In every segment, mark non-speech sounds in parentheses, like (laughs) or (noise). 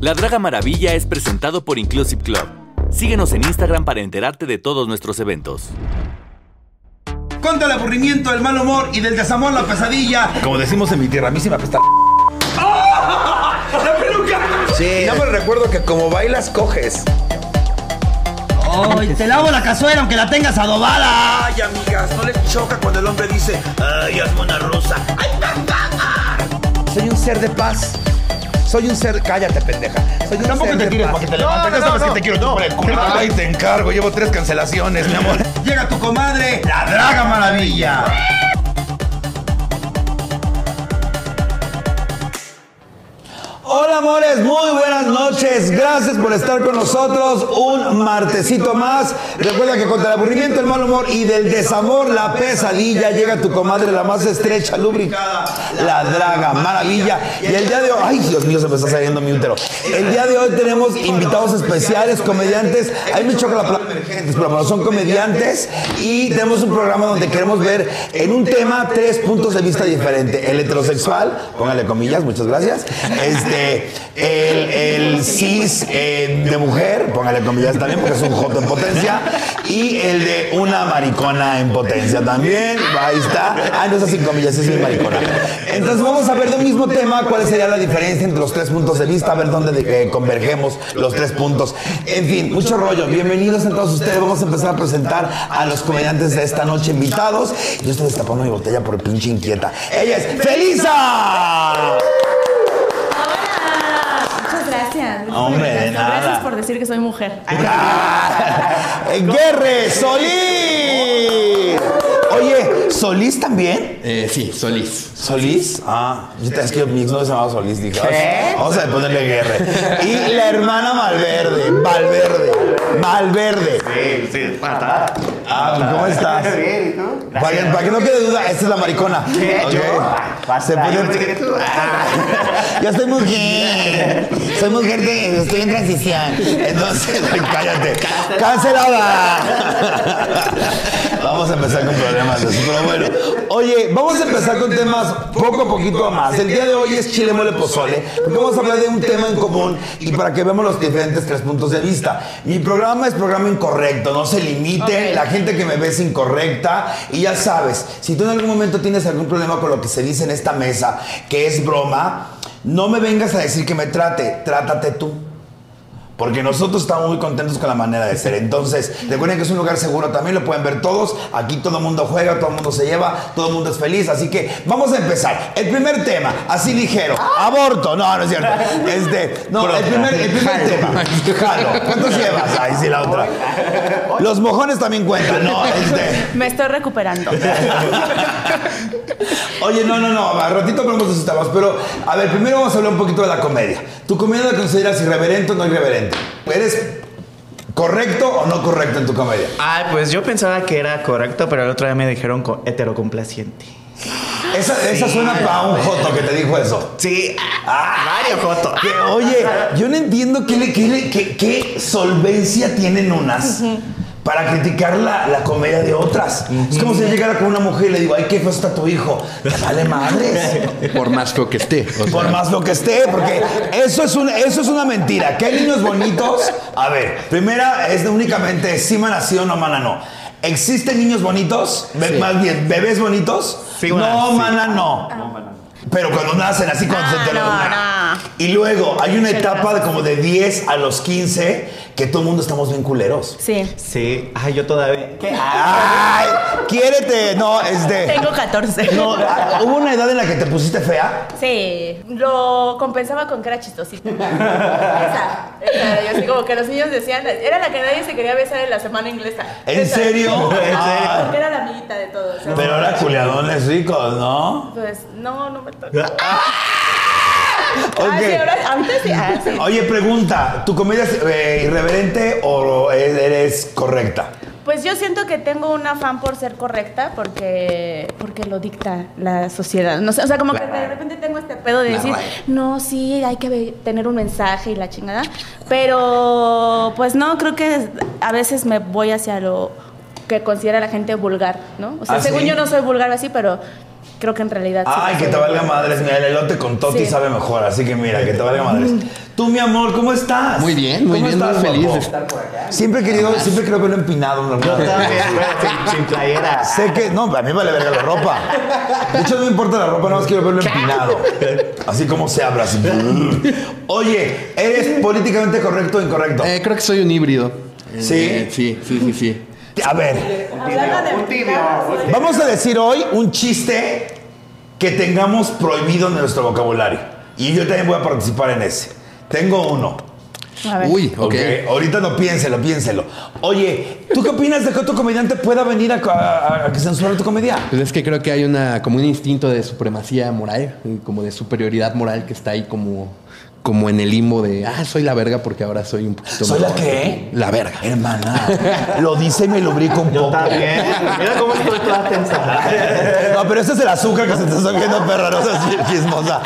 La Draga Maravilla es presentado por Inclusive Club. Síguenos en Instagram para enterarte de todos nuestros eventos. Contra el aburrimiento, el mal humor y del desamor, la pesadilla. Como decimos en mi tierra, a mí sí me apesta. ¡La peluca! Sí. Ya me recuerdo que como bailas, coges. Ay, te lavo la cazuela aunque la tengas adobada. Ay, amigas, no les choca cuando el hombre dice, ay, hazme una rosa. ¡Ay, papá! Soy un ser de paz. Soy un ser. Cállate, pendeja. Soy un Tampoco ser te de tires paz. para que te levantes. Ya sabes que te quiero tumbar el culo. Ay, te encargo. Llevo tres cancelaciones, mi amor. Llega tu comadre, la Draga Maravilla. Hola amores, muy buenas noches. Gracias por estar con nosotros un martesito más. Recuerda que contra el aburrimiento, el mal humor y del desamor, la pesadilla, llega tu comadre, la más estrecha, lubricada, la draga, maravilla. Y el día de hoy, ay Dios mío, se me está saliendo mi útero. El día de hoy tenemos invitados especiales, comediantes. Ahí me choca la palabra emergentes, pero bueno, son comediantes. Y tenemos un programa donde queremos ver en un tema tres puntos de vista diferentes. El heterosexual, póngale comillas, muchas gracias. Este, el, el cis eh, de mujer, póngale comillas también, porque es un joto en potencia. Y el de una maricona en potencia también. Ahí está. Ah, no es así comillas, es bien maricona. Entonces vamos a ver de un mismo tema cuál sería la diferencia entre los tres puntos de vista, a ver dónde eh, convergemos los tres puntos. En fin, mucho rollo. Bienvenidos a todos ustedes. Vamos a empezar a presentar a los comediantes de esta noche invitados. Yo estoy destapando mi botella por pinche inquieta. Ella es Felisa. Hola, muchas gracias. Hombre, de nada. Gracias por decir que soy mujer. (laughs) Eh, Guerre Solís. Oye, ¿Solís también? Eh, sí, Solís. ¿Solís? Ah, yo te- es que mi exnovio se llamaba Solís, dije. Vamos a ponerle Guerre. Y la hermana Malverde, Valverde, Valverde. Sí, sí, pata. Ah, ¿cómo estás? Bien, ¿y tú? Para que, para que no quede duda, esta es la maricona. Ok. Se puede- Ay, ah, Ah, yo pensé que tú. ah, Yo soy mujer. Soy mujer de. Estoy en transición. Entonces, ay, cállate. ¡Cancelada! Vamos a empezar con problemas de eso, pero bueno. Oye, vamos a empezar con temas poco a poquito más. El día de hoy es chile mole pozole, porque vamos a hablar de un tema en común y para que veamos los diferentes tres puntos de vista. Mi programa es programa incorrecto, no se limiten, Ok. la gente que me ve es incorrecta y ya sabes, si tú en algún momento tienes algún problema con lo que se dice en esta mesa, que es broma, no me vengas a decir que me trate, trátate tú. Porque nosotros estamos muy contentos con la manera de ser. Entonces, recuerden que es un lugar seguro también, lo pueden ver todos. Aquí todo el mundo juega, todo el mundo se lleva, todo el mundo es feliz. Así que vamos a empezar. El primer tema, así ligero, aborto. No, no es cierto. Este, no, el primer, el primer tema. Jalo. ¿Cuántos llevas? Ahí sí la otra. Los mojones también cuentan. No, este. Me estoy recuperando. Oye, no, no, no, a ratito hablamos de esos temas, pero a ver, primero vamos a hablar un poquito de la comedia. ¿Tu comedia la consideras irreverente o no irreverente? ¿Eres correcto o no correcto en tu comedia? Ay, pues yo pensaba que era correcto, pero el otro día me dijeron co- heterocomplaciente. Esa, esa suena para un joto que te dijo eso. Sí, ah, varios fotos. Que, oye, yo no entiendo qué, le- qué le- qué- qué solvencia tienen unas para criticar la, la comedia de otras. Es como si yo llegara con una mujer y le digo, ay, qué feo está tu hijo. Te Vale madres. (laughs) Por más feo que esté. o sea. Por más lo que esté, porque eso es, un, eso es una mentira. Que hay niños bonitos. A ver, primera es de únicamente si mana sí o no mana no. ¿Existen niños bonitos? Be- Más bien, ¿bebés bonitos? Sí, no, mana, sí. mana no. Pero cuando nacen, así cuando Ah, se te lo no, dan. no. Y luego hay una etapa de como de 10 a los 15 que todo el mundo estamos bien culeros. Sí. Sí, ay, yo todavía. ¿Qué? ¡Ay! ¡Quiérete! No, este. Tengo 14. No, ah, ¿Hubo una edad en la que te pusiste fea? Sí. Lo compensaba con que era chistosito. Esa. esa, Y así como que los niños decían, era la que nadie se quería besar en la semana inglesa. ¿En Esa. serio? ¿En serio? Porque era la amiguita de todos. ¿no? Pero ahora culiadones ricos, ¿no? Pues no, no me toca. Ah, sí, ahora, ahorita sí. Ah, sí. Oye, pregunta, ¿tu comedia es eh, irreverente o es- eres correcta? Pues yo siento que tengo un afán por ser correcta porque, porque lo dicta la sociedad. No sé, o sea, como que de repente tengo este pedo de decir, no, sí, hay que ve- tener un mensaje y la chingada. Pero, pues no, creo que a veces me voy hacia lo que considera la gente vulgar, ¿no? O sea, ¿Ah, según sí? yo no soy vulgar así, pero creo que en realidad sí. Ay, que te valga madres, mira, el elote con Toti Sí. sabe mejor, así que mira, que te valga madres. Tú, mi amor, ¿cómo estás? Muy bien, muy ¿Cómo bien, muy estás, feliz de guapo? estar Siempre he querido, siempre creo que lo he empinado. mi amor. (laughs) Yo también, güey, sin, sin playera. Sé que, no, a mí me vale verga la ropa. De hecho, no me importa la ropa, nada más quiero verlo empinado. Así como se abra, (laughs) así. Oye, ¿eres políticamente correcto o incorrecto? Eh, creo que soy un híbrido. ¿Sí? Eh, sí, sí, sí, sí. A ver, Hablando de picadas, oye, vamos a decir hoy un chiste que tengamos prohibido en nuestro vocabulario. Y yo también voy a participar en ese. Tengo uno. a ver. Uy, ok. ok. Ahorita no piénselo, piénselo. Oye, ¿tú qué opinas de que otro comediante pueda venir a, a- a- a censurar tu comedia? Pues es que creo que hay una, como un instinto de supremacía moral, y como de superioridad moral que está ahí como, como en el limbo de, ah, soy la verga porque ahora soy un poquito ¿Soy la mejor". qué? La verga. Hermana, lo dice y me lubrico un Yo poco. también. Mira cómo estoy (laughs) toda tensa. No, pero ese es el azúcar que se te está subiendo, perra, no seas chismosa.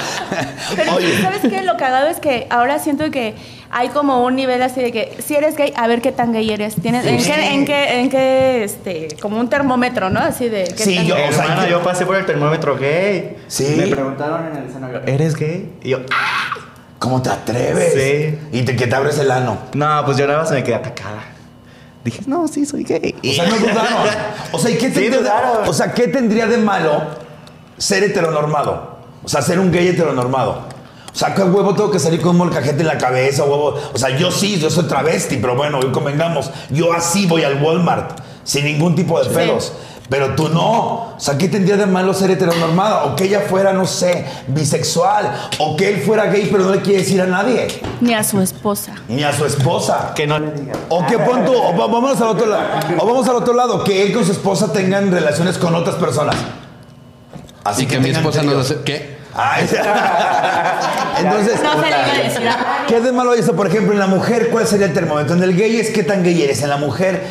Pero Oye, ¿sabes qué? Lo cagado es que ahora siento que hay como un nivel así de que si eres gay, a ver qué tan gay eres. ¿Tienes, ¿En qué, en qué, en qué, este, como un termómetro, ¿no? Así de... ¿qué Sí, tan yo- gay? o sea, Hermano, yo- yo pasé por el termómetro gay. Sí. Me preguntaron en el escenario, ¿eres gay? Y yo, "Ah". ¿cómo te atreves? Sí. Y te, que te abres el ano. no, pues yo nada más me quedé atacada. Dije, no, sí, soy gay. O sea, no dudaron. (laughs) O sea, ¿y qué Sí, tendría, dudaron. o sea, ¿qué tendría de malo ser heteronormado? O sea, ser un gay heteronormado. O sea, ¿qué huevo tengo que salir con un molcajete en la cabeza, huevo? O sea, yo sí, yo soy travesti, pero bueno, hoy convengamos. Yo así voy al Walmart, sin ningún tipo de pedos. Pero tú no. O sea, ¿qué tendría de malo ser heteronormada? O que ella fuera, no sé, bisexual. O que él fuera gay, pero no le quiere decir a nadie. Ni a su esposa. Ni a su esposa. Que no le digas. O que pon tú, o va- vámonos al otro lado. O vamos al otro lado, que él con su esposa tengan relaciones con otras personas. Así que, mi tengan esposa no tríos. lo sé. ¿Qué? (laughs) Ay, Entonces, No se le iba a decir a nadie. ¿qué de malo hay eso? Por ejemplo, en la mujer, ¿cuál sería el termómetro? En el gay es qué tan gay eres. En la mujer,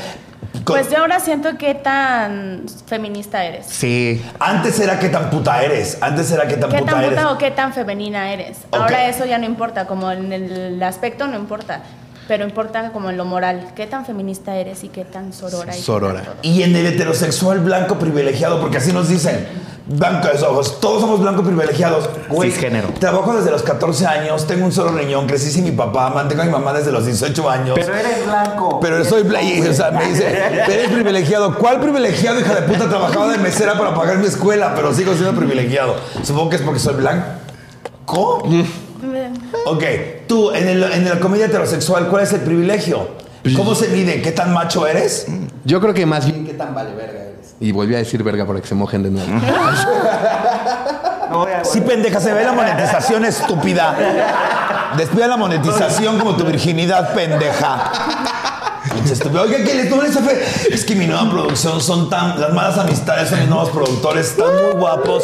con- Pues yo ahora siento qué tan feminista eres. Sí. antes era qué tan puta eres. Antes era qué tan ¿Qué puta tan eres. puta o qué tan femenina eres? Ok. Ahora eso ya no importa, como en el aspecto no importa, pero importa como en lo moral. ¿Qué tan feminista eres y qué tan sorora? y- Sorora. Y en el heterosexual blanco privilegiado, porque así nos dicen. Blancos ojos, todos somos blancos privilegiados. Güey, Cisgénero. Trabajo desde los 14 años, tengo un solo riñón, crecí sin mi papá, mantengo a mi mamá desde los 18 años. Pero, eres blanco. soy blanco, o sea, me (laughs) dice, "Pero eres privilegiado. ¿Cuál privilegiado, hija de puta? Trabajaba de mesera para pagar mi escuela, pero sigo siendo privilegiado. Supongo que es porque soy blanco. ¿Cómo? Eh, Ok, tú, en, el- en la comedia heterosexual, ¿cuál es el privilegio? ¿Cómo se mide? ¿Qué tan macho eres? Yo creo que más bien, ¿qué tan vale verga eres? Y volví a decir verga para que se mojen de nuevo. Sí, pendeja, se ve la monetización estúpida. Despida la monetización como tu virginidad, pendeja. Pinche estúpida. Oiga, ¿qué le tuvo esa fe? Es que mi nueva producción son tan. Las malas amistades son mis nuevos productores, están muy guapos,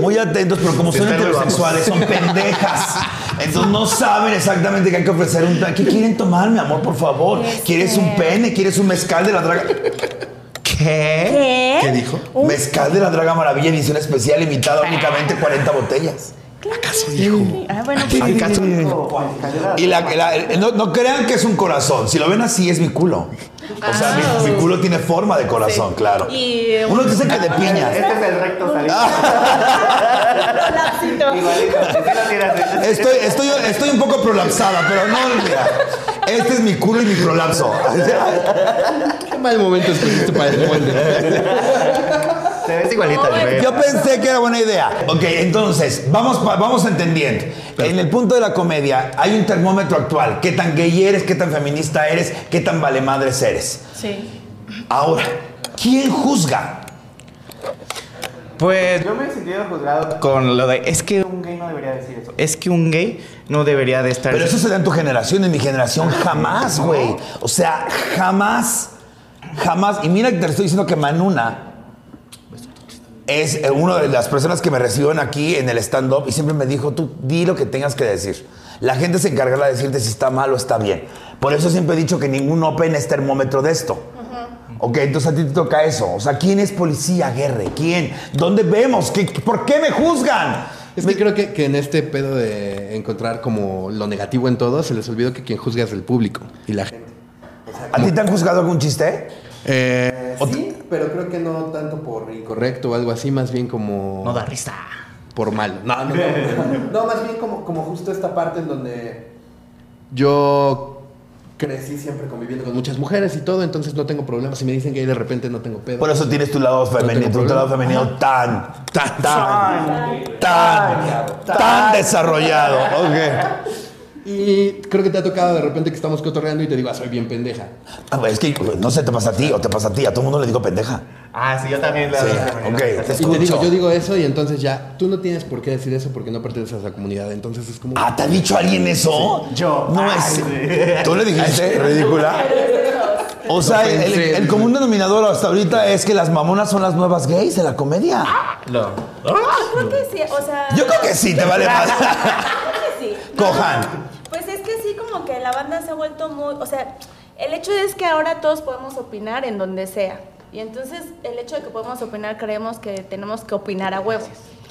muy atentos, pero como Sí, son están muy heterosexuales, son pendejas. Entonces no saben exactamente qué hay que ofrecer. Un tra- ¿Qué quieren tomar, mi amor, por favor? ¿Quieres un pene? ¿Quieres un mezcal de la draga? ¿Qué? ¿Qué? ¿Qué dijo? Mezcal de la Draga Maravilla, edición especial, limitada únicamente 40 botellas. Ah, bueno, pues, ¿Acaso? Y la, la- no, no crean que es un corazón. Si lo ven así, es mi culo. O sea, mi, mi culo tiene forma de corazón, claro. Y, eh, (laughs) Uno dice que de piña. Este es el recto salido. lapsito. Igualito. Sí lo tiras. Estoy, estoy, estoy un poco prolapsada, pero no, mira. Este es mi culo y mi prolapso. (laughs) Qué mal momento escogiste para el (laughs) molde. Te ves igualita, güey. Yo pensé que era buena idea. Ok, entonces, vamos, pa- vamos entendiendo. En el punto de la comedia hay un termómetro actual. ¿Qué tan gay eres? ¿Qué tan feminista eres? ¿Qué tan vale madres eres? Sí. Ahora, ¿quién juzga? Pues yo me he sentido juzgado con lo de es que un gay no debería decir eso. Es que un gay no debería de estar. Pero eso se da en tu generación, en mi generación jamás, güey. O sea, jamás, jamás. Y mira que te estoy diciendo que Manuna es eh, una de las personas que me recibieron aquí en el stand-up y siempre me dijo, tú di lo que tengas que decir. La gente se encargará de decirte si está mal o está bien. Por eso siempre he dicho que ningún open es termómetro de esto. Ok, entonces a ti te toca eso. O sea, ¿quién es policía, Guerre? ¿Quién? ¿Dónde vemos? ¿Qué- ¿Por qué me juzgan? Es que creo que, que en este pedo de encontrar como lo negativo en todo, se les olvidó que quien juzga es el público y la gente. ¿A ti te han juzgado algún chiste? Eh, sí, pero creo que no tanto por incorrecto o algo así, más bien como... No da risa. Por malo. No, no, (laughs) No, más bien como, como justo esta parte en donde yo crecí siempre conviviendo con muchas mujeres y todo, entonces no tengo problemas. Si me dicen que de repente no tengo pedo. Por eso tienes tu lado femenino, tengo tu lado problema. femenino tan, tan, tan, tan, tan desarrollado. Ok. Y creo que te ha tocado de repente que estamos cotorreando y te digo, ah, soy bien pendeja. Ah, güey, Es que güey, no sé, te pasa a ti o te pasa a ti. A todo el mundo le digo pendeja. Ah, sí, yo también la Sí, la- ok, te Y Escucho. te digo, yo digo eso y entonces ya, tú no tienes por qué decir eso porque no perteneces a esa comunidad. Entonces es como... (laughs) Ah, ¿te ha dicho alguien eso? Yo. No Ay, es. sí. ¿Tú le dijiste? Ridícula. O sea, el, pensé. el común denominador hasta ahorita es que las mamonas son las nuevas gays de la comedia. Ah, Creo que sí, o sea. Yo creo que sí, te vale más. creo que sí. Cojan. Pues es que sí, como que la banda se ha vuelto muy. O sea, el hecho es que ahora todos podemos opinar en donde sea. Y entonces, el hecho de que podemos opinar, creemos que tenemos que opinar a huevos.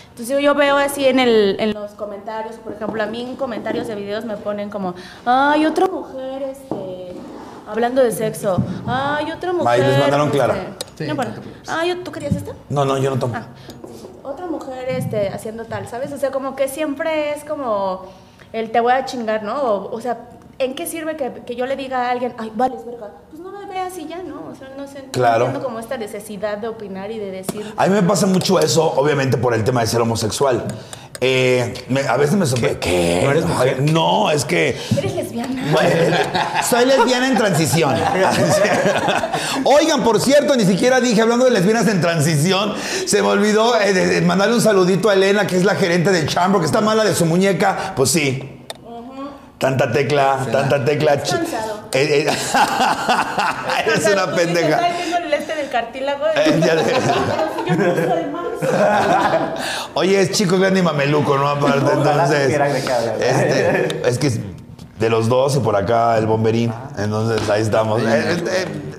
Entonces yo- yo veo así en, el, en los comentarios, por ejemplo, a mí en comentarios de videos me ponen como, ay, otra mujer, este, hablando de sexo, ay, otra mujer. les mandaron Clara. este, Sí, no, no te bueno, ay, ¿tú querías esta? No, no, yo no tomo. Ah, otra mujer este, haciendo tal, ¿sabes? O sea, como que siempre es como el te voy a chingar, ¿no? O, o sea, ¿en qué sirve que, que yo le diga a alguien, ay, vale, es verga? Pues no me veas y ya, ¿no? O sea, no sé, no Claro. entiendo como esta necesidad de opinar y de decir... A mí me pasa mucho eso, obviamente por el tema de ser homosexual. Eh, me- a veces me sorprende. ¿Qué? ¿No eres No, mujer? no, es que (laughs) Eres lesbiana. (laughs) Bueno, Soy lesbiana en transición. Oigan, por cierto, ni siquiera dije, hablando de lesbianas en transición, se me olvidó eh, de- de mandarle un saludito a Elena, que es la gerente de Chambro, que está mala de su muñeca. Pues sí. Tanta tecla, tanta tecla. ch- cansado. Eh, (laughs) eh, eres (laughs) O sea, una tú dices, pendeja. "Ay, tengo el este del cartílago. Eh, (laughs) ya le- Yo no uso de más. (laughs) Oye, es chico grande y mameluco, ¿no? Aparte, (laughs) Ojalá entonces. supiera de qué hablar. (laughs) este, es que es de los dos y por acá el bomberín. Ah. Entonces ahí estamos. Eh, eh,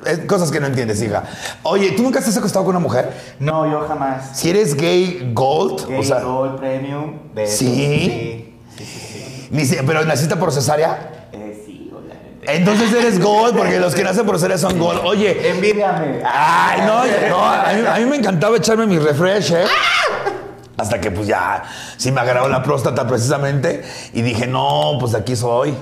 eh, eh, cosas que no entiendes, hija. Oye, ¿tú nunca te has acostado con una mujer? No, yo jamás. Si eres gay gold, Gay, o sea, Gold, Premium. De ¿Sí? Sí, sí, sí. ni si- pero naciste por cesárea. sí. Eh, sí, obviamente. Entonces eres gold porque los (laughs) que nacen por cesárea son gold. Oye, Envídiame. Ay, no, no, a mí, a mí me encantaba echarme mi refresh, ¿eh? Hasta que pues ya, sí me agarraba la próstata precisamente y dije, no, pues de aquí soy.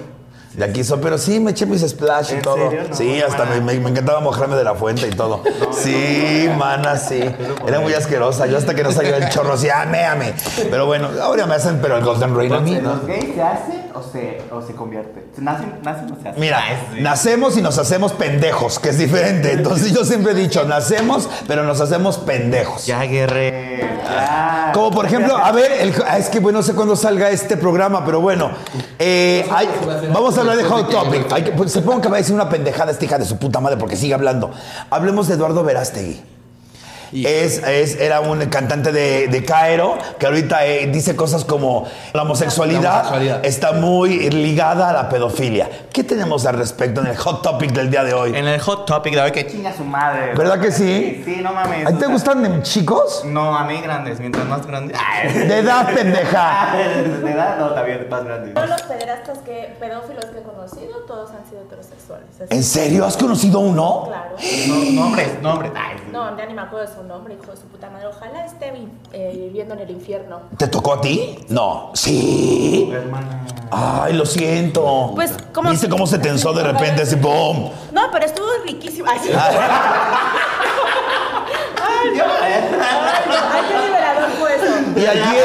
De aquí soy, pero sí, me eché mis splash y ¿En todo. serio? No, sí, hasta me, mana. me- me encantaba mojarme de la fuente y todo. sí, mana, sí. Era muy asquerosa. Yo hasta que no salió el chorro, "Ah, sí, ame, ame. Pero bueno, ahora me hacen, pero el Golden Rain a mí, Entonces, ¿no? ¿Los gays se hacen o se, o se convierten? ¿Se ¿Nacen, ¿Nacen o se hacen? Mira, nacemos y nos hacemos pendejos, que es diferente. Entonces yo siempre he dicho, nacemos, pero nos hacemos pendejos. Ya guerrero. Ya. Como por ejemplo, a ver, el- ah, es que bueno, no sé cuándo salga este programa, pero bueno, eh, hay- vamos a hablar de Hot Topic. Hay que- pues, supongo que va a decir una pendejada esta hija de su puta madre porque sigue hablando. Hablemos de Eduardo Verástegui. Es, es- era un cantante de, de Cairo que ahorita eh, dice cosas como la homosexualidad, La homosexualidad. está muy ligada a la pedofilia. ¿Qué tenemos al respecto en el hot topic del día de hoy? En el hot topic de hoy que chinga su madre. ¿Verdad que sí? Sí, no mames. ¿A ti o te sea, gustan em, chicos? No, a mí grandes, mientras más grandes. (laughs) De edad, pendeja. (laughs) De edad, no, también más grandes. Todos los pederastas que, pedófilos que he conocido, todos han sido heterosexuales. Así, ¿En serio? ¿Has conocido uno? claro. No, nombres, nombres. Ay, sí. No, ya ni me acuerdo de su nombre, hijo de su puta madre. Ojalá esté vi- eh, viviendo en el infierno. ¿Te tocó a ti? No. Sí. Hermana. Ay, lo siento. Pues, ¿cómo- ¿Viste cómo se tensó de repente así, ¡boom! No, pero estuvo riquísimo. Ay, sí. Ay, qué liberador fue eso. Y aquí,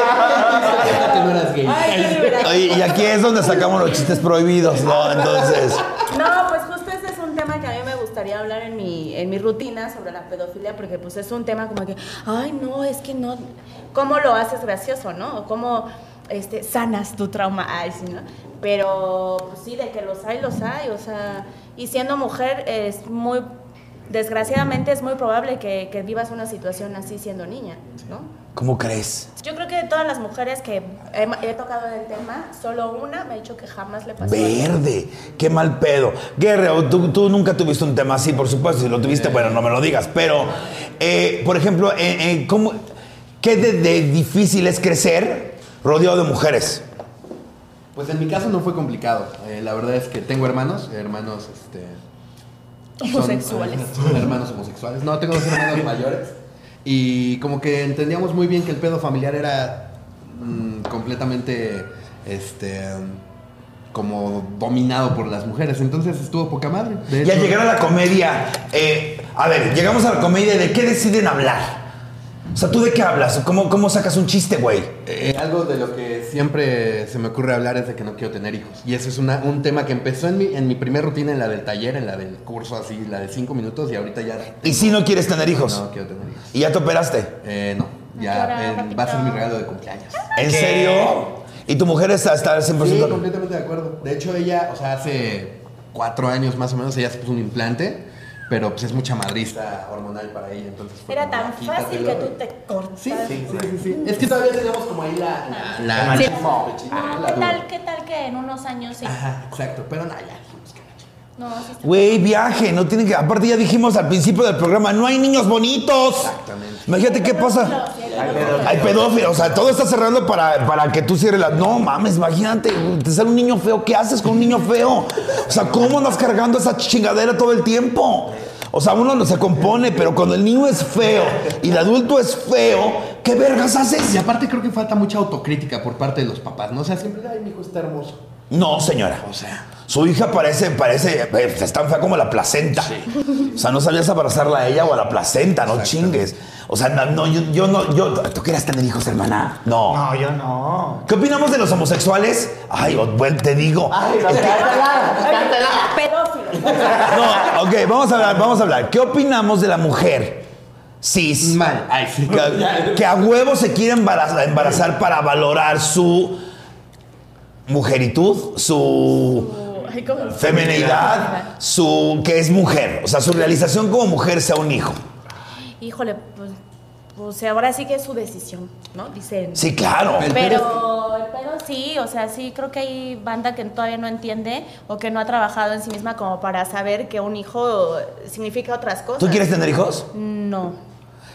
que no eras gay. Ay, qué liberador. oye, y aquí es donde sacamos los chistes prohibidos, ¿no? Entonces. No, pues justo ese es un tema que a mí me gustaría hablar en mi, en mi rutina sobre la pedofilia, porque pues es un tema como que, ay, no, es que no, ¿cómo lo haces gracioso, no? O cómo este, sanas tu trauma, ay, sí, ¿no? Pero pues, sí, de que los hay, los hay, o sea, y siendo mujer es muy, desgraciadamente es muy probable que, que vivas una situación así siendo niña, ¿no? ¿Cómo crees? Yo creo que de todas las mujeres que he, he tocado del tema, solo una me ha dicho que jamás le pasó. algo. Verde. Qué mal pedo. Guerrero, tú, tú nunca tuviste un tema así, por supuesto. Si lo tuviste, bueno, no me lo digas. Pero, eh, por ejemplo, eh, eh, ¿cómo- ¿qué de, de difícil es crecer rodeado de mujeres? Pues en mi caso no fue complicado. Eh, la verdad es que tengo hermanos, hermanos este, son- Homosexuales. (laughs) son hermanos homosexuales. No, tengo dos hermanos mayores. Y como que entendíamos muy bien que el pedo familiar era mm, completamente este, mm, como dominado por las mujeres. Entonces estuvo poca madre. De Y al hecho- llegar a la comedia, eh, a ver, llegamos a la comedia de qué deciden hablar. O sea, ¿tú de qué hablas? ¿Cómo, cómo sacas un chiste, güey? Eh, algo de lo que siempre se me ocurre hablar es de que no quiero tener hijos. Y eso es una- un tema que empezó en mi, en mi primera rutina, en la del taller, en la del curso así, la de cinco minutos, y ahorita ya Y si no quieres tener hijos. no quiero tener hijos. Y ya te operaste. Eh, no, Ahora, ya eh, va a ser mi papito. regalo de cumpleaños. ¿En serio? ¿Y tu mujer está, está al 100%? Sí, completamente de acuerdo. De hecho, ella, o sea, hace cuatro años más o menos, ella se puso un implante, pero pues es mucha madriza hormonal para ella, entonces fue Era como, tan fácil "Quítatelo". que tú te cortas. Sí, sí, sí, sí, sí. Es que todavía tenemos como ahí la... la, la, Sí. la- la ¿Qué duda. tal, qué tal que en unos años sí? Ajá, exacto. Pero no, ya dijimos que no. No, sí está. Güey, viaje, no tienen que. Aparte, ya dijimos al principio del programa, no hay niños bonitos. Exactamente. Imagínate qué pasa. Sí, está. Hay pedófilos, o sea, todo está cerrando para, para que tú cierres la. No mames, imagínate, te sale un niño feo. ¿Qué haces con un niño feo? O sea, ¿cómo andas cargando esa chingadera todo el tiempo? O sea, uno no se compone, pero cuando el niño es feo y el adulto es feo, ¿qué vergas Y haces? aparte creo que falta mucha autocrítica por parte de los papás, ¿no? O sea, siempre, ay, mi hijo está hermoso. No, señora. O sea, Su hija parece, parece, eh, es tan fea como la placenta. O sea, no sabías abrazarla a ella o a la placenta, no chingues. O sea, no, no, yo, yo no, yo, ¿tú quieras tener hijos, hermana? No. No, yo no. ¿Qué opinamos de los homosexuales? Ay, oh, bueno, te digo. Pedófilo. No, ok, vamos a hablar, vamos a hablar. ¿Qué opinamos de la mujer cis? mal. Ay, sí. Que, que a huevo se quiere embarazar, embarazar para valorar su mujeritud, su... Ay, ¿cómo? femenidad, su que es mujer, o sea, su realización como mujer sea un hijo. Híjole, pues, o sea, ahora sí que es su decisión, ¿no? Dicen. Sí, claro. Pero, pero sí, o sea, sí creo que hay banda que todavía no entiende o que no ha trabajado en sí misma como para saber que un hijo significa otras cosas. ¿Tú quieres tener hijos? No.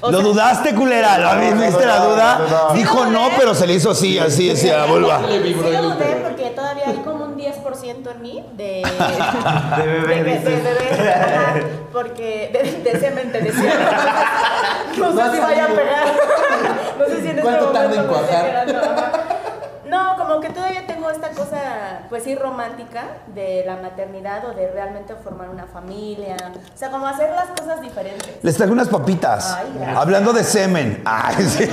O Lo sea, dudaste, culera. ¿Lo No, viste no, la no, duda? no, no, no. Dijo no, pero se le hizo así, así, así a la vulva. Sí lo dudé porque todavía hay como un 10% en mí (laughs) de... De bebé, de- de- de dices. bebé, ajá, porque... De, de semen, te decía. (laughs) No sé si vaya a pegar. No sé si en este ¿Cuánto momento tarda en me esté cuajar? quedando, ajá. No, como que todavía tengo esta cosa, pues sí, romántica de la maternidad o de realmente formar una familia. O sea, como hacer las cosas diferentes. Les traje unas papitas. Ay, gracias. Hablando de semen. (laughs) Ay, sí.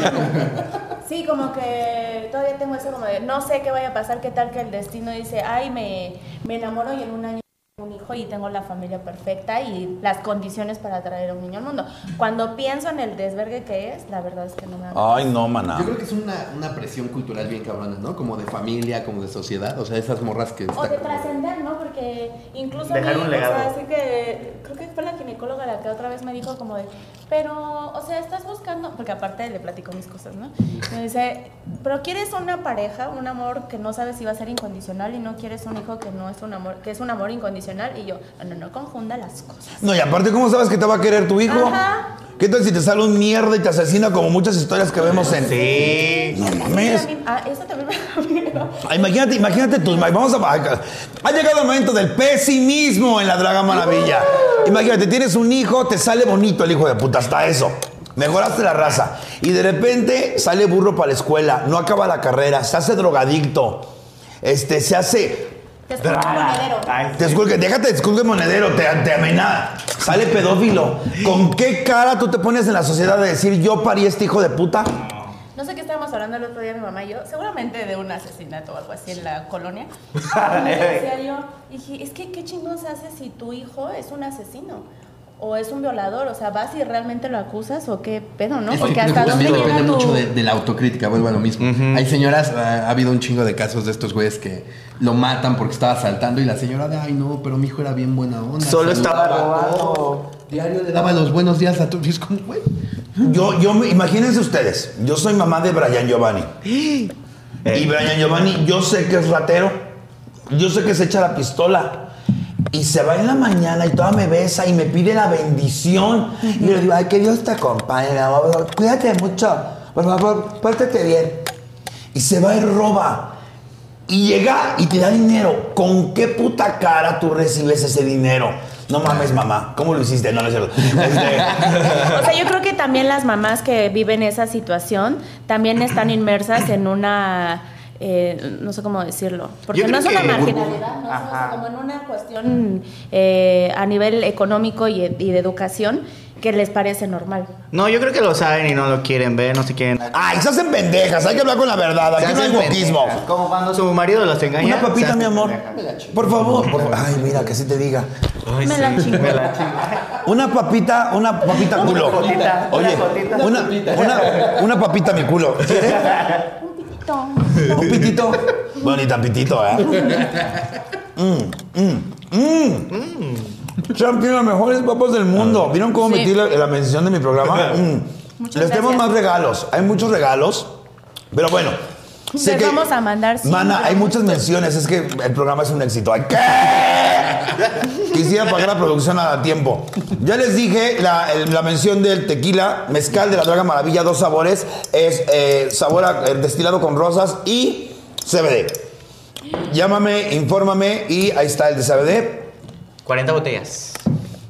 Sí, como que todavía tengo eso como de no sé qué vaya a pasar, qué tal que el destino dice, ay, me, me enamoro y en un año tengo un hijo y tengo la familia perfecta y las condiciones para traer a un niño al mundo. Cuando pienso en el desvergue que es, la verdad es que no me hago. Ay, no, Yo maná. creo que es una, una presión cultural bien cabrona, ¿no? Como de familia, como de sociedad. O sea, esas morras que O de están... trascender, ¿no? Porque incluso Dejar a mí, un legado. o sea, así que creo que fue la ginecóloga la que otra vez me dijo como de, pero, o sea, estás buscando, porque aparte le platico mis cosas, ¿no? Me dice, pero quieres una pareja, un amor que no sabes si va a ser incondicional y no quieres un hijo que no es un amor, que es un amor incondicional y yo, no, no, no confunda las cosas. No, y aparte, ¿cómo sabes que te va a querer tu hijo? Ajá. ¿Qué tal si te sale un mierda y te asesina como muchas historias que vemos en. Sí. No Eso mames. también, ah, eso también me da miedo. Ah, Imagínate, imagínate tus. Vamos a. Ha llegado el momento del pesimismo en la Draga Maravilla. Uh. Imagínate, tienes un hijo, te sale bonito el hijo de puta, hasta eso. Mejoraste la raza. Y de repente sale burro para la escuela, no acaba la carrera, se hace drogadicto. Este, se hace. Te escucho un monedero. Ay, Te esculque- déjate, esculque monedero, te, te amenaza. Sale pedófilo. ¿Con qué cara tú te pones en la sociedad de decir yo parí este hijo de puta? No sé qué estábamos hablando el otro día mi mamá y yo, seguramente de un asesinato o algo así en la (laughs) colonia. Ah, Y me decía yo, dije, es que qué chingón se hace si tu hijo es un asesino o es un violador, o sea, vas y realmente lo acusas o qué pedo, ¿no? Es que Porque creo hasta que dónde también depende llega tu... mucho de, de la autocrítica, vuelvo a lo mismo. Hay señoras, ha, ha habido un chingo de casos de estos güeyes que lo matan porque estaba saltando y la señora de, ay no, pero mi hijo era bien buena onda. Solo estaba saludaba a todos, robado". Diario le daba los buenos días a tu y es como, güey. Yo, yo, me- imagínense ustedes, yo soy mamá de Brian Giovanni. Y Brian Giovanni, yo sé que es ratero, yo sé que se echa la pistola. Y se va en la mañana y toda me besa y me pide la bendición. Y yo le digo, ay, que Dios te acompañe, mi amor. Cuídate mucho, por favor, pórtate bien. Y se va y roba. Y llega y te da dinero. ¿Con qué puta cara tú recibes ese dinero? No mames, mamá. ¿Cómo lo hiciste? No, no es cierto. Este, O sea, yo creo que también las mamás que viven esa situación también están inmersas en una eh, no sé cómo decirlo, porque Yo no creo es una que- marginalidad, no es Ajá. como en una cuestión eh, a nivel económico y, y de educación que les parece normal. No, yo creo que lo saben y no lo quieren ver, no se quieren. Ay, se hacen pendejas, hay que hablar con la verdad, Se aquí no hay hacen guapismo. pendejas, Como cuando su marido los engaña. Una papita, se hacen mi amor. pendejas. Por favor, por favor. Ay, mira, que sí te diga. Me la chingo. Me la chingo. Una papita, una papita culo. gotita, Oye, una gotita. una, una, una papita mi culo. ¿Quieres? Un pitito. Un pitito. Bonita pitito, ¿eh? Mm, Mmm, mmm, mmm. Champion, los mejores papas del mundo. ¿Vieron cómo Sí. metí la, la mención de mi (laughs) programa? Mm. Muchas Les tenemos gracias. más regalos. Hay muchos regalos. Pero bueno. Pues Les vamos a mandar, sí, Mana, hay regalos. muchas menciones. Es que el programa es un éxito. Ay, (laughs) ¿Qué? Quisiera pagar la producción a tiempo. Ya les dije la, el- la mención del tequila, mezcal de la Draga Maravilla, dos sabores. Es eh, sabor a- eh, destilado con rosas y CBD. Llámame, infórmame y ahí está el de CBD. 40 botellas.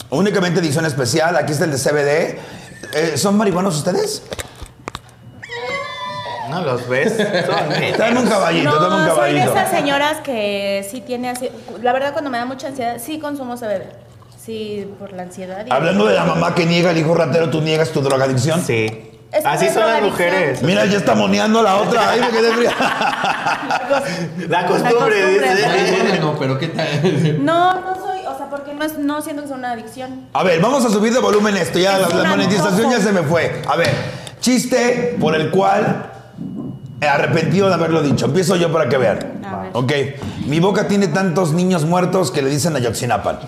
Únicamente edición especial. Aquí está el de CBD. Eh, ¿Son marihuanos ustedes? No los ves. (laughs) Son Dame un caballito, dame un No, soy de caballito. esas señoras que sí tiene así. La verdad, cuando me da mucha ansiedad, sí consumo CBD. Sí, por la ansiedad. y- Hablando de la mamá que niega el hijo ratero, ¿tú niegas tu drogadicción? Sí. Es que Así es son las drogadicción. mujeres. Mira, ya está moneando la otra. Ahí me quedé fría. La costumbre, La costumbre. dice. Bueno, pero (laughs) ¿qué tal? No, no soy, o sea, porque no, es, no siento que sea una adicción. A ver, vamos a subir de volumen esto. Ya Es la, la un monetización antojo. ya se me fue. A ver, chiste por el cual he arrepentido de haberlo dicho. Empiezo yo para que vean. A ver. Ok. Mi boca tiene tantos niños muertos que le dicen a Yoxinapan.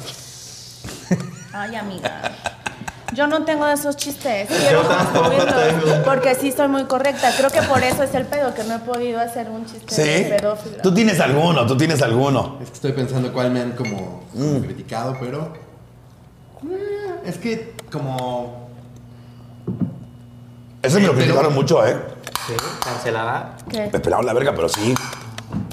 Ay, amiga. Yo no tengo de esos chistes. Yo tampoco construirlos, tengo. Porque sí soy muy correcta. Creo que por eso es el pedo, que no he podido hacer un chiste ¿Sí? de pedófilo. Tú tienes alguno, tú tienes alguno. Es que estoy pensando cuál me han como como criticado, pero. Mm, Es que como. Ese me lo Pero- criticaron mucho, ¿eh? Sí, cancelada. ¿Qué? Me esperaron la verga, pero sí.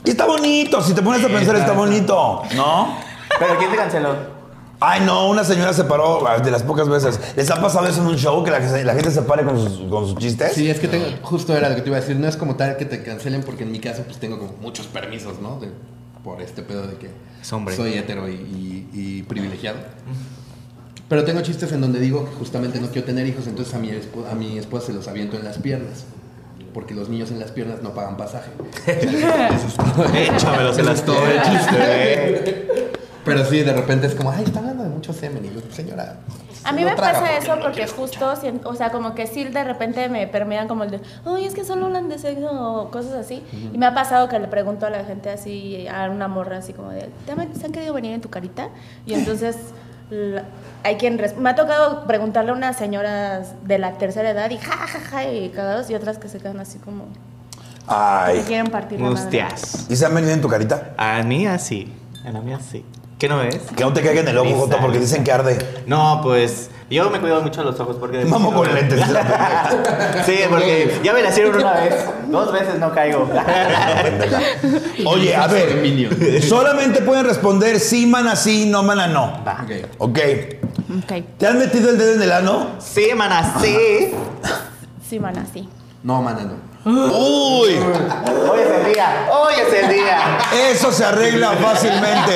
Y está bonito, si te pones a pensar, está bonito, ¿no? ¿Pero quién te canceló? Ay, no, una señora se paró ah, de las pocas veces. ¿Les ha pasado eso en un show que la, la gente se pare con sus, con sus chistes? Sí, es que tengo. Justo era lo que te iba a decir. No es como tal que te cancelen, porque en mi caso, pues tengo como muchos permisos, ¿no? De- por este pedo de que. Es hombre. Soy hetero y, y- y privilegiado. Pero tengo chistes en donde digo que justamente no quiero tener hijos, entonces a mi, espo- a mi esposa se los aviento en las piernas. Porque los niños en las piernas no pagan (laughs) pasaje. Échamelo, se Ese las es todo el chiste. eh. Pero sí, de repente es como, ay, está hablando de mucho semen. Y yo, señora. A mí no me traga pasa porque eso no porque quiere. justo, sien- o sea, como que sí de repente me permean como el de, ay, es que solo hablan de sexo o cosas así. Y me ha pasado que le pregunto a la gente así, a una morra así como de, "¿Te han- ¿se han querido venir en tu carita? Y entonces la- hay quien, res- me ha tocado preguntarle a unas señoras de la tercera edad y ja, ja, ja, y cagados, y otras que se quedan así como, que Ay. quieren partir la madre. Hostias. ¿Y se han venido en tu carita? A mí así. A la mía sí. ¿Qué no ves? Que no te caigan el ojo, Lisa. Joto, porque dicen que arde. No, pues yo me cuido mucho los ojos porque... Vamos con lentes. es la pendeja. (laughs) Sí, porque ya me la hicieron una vez. Dos veces no (laughs) caigo. La pendeja. Oye, a Soy ver. minion. (laughs) Solamente pueden responder sí, mana, sí, no, mana, no. Ok. Ok. Ok, ¿Te han metido el dedo en el ano? Sí, mana, sí. sí, man, así. No, mana, no. Uy. Hoy es el día. Hoy es el día. Eso se arregla fácilmente.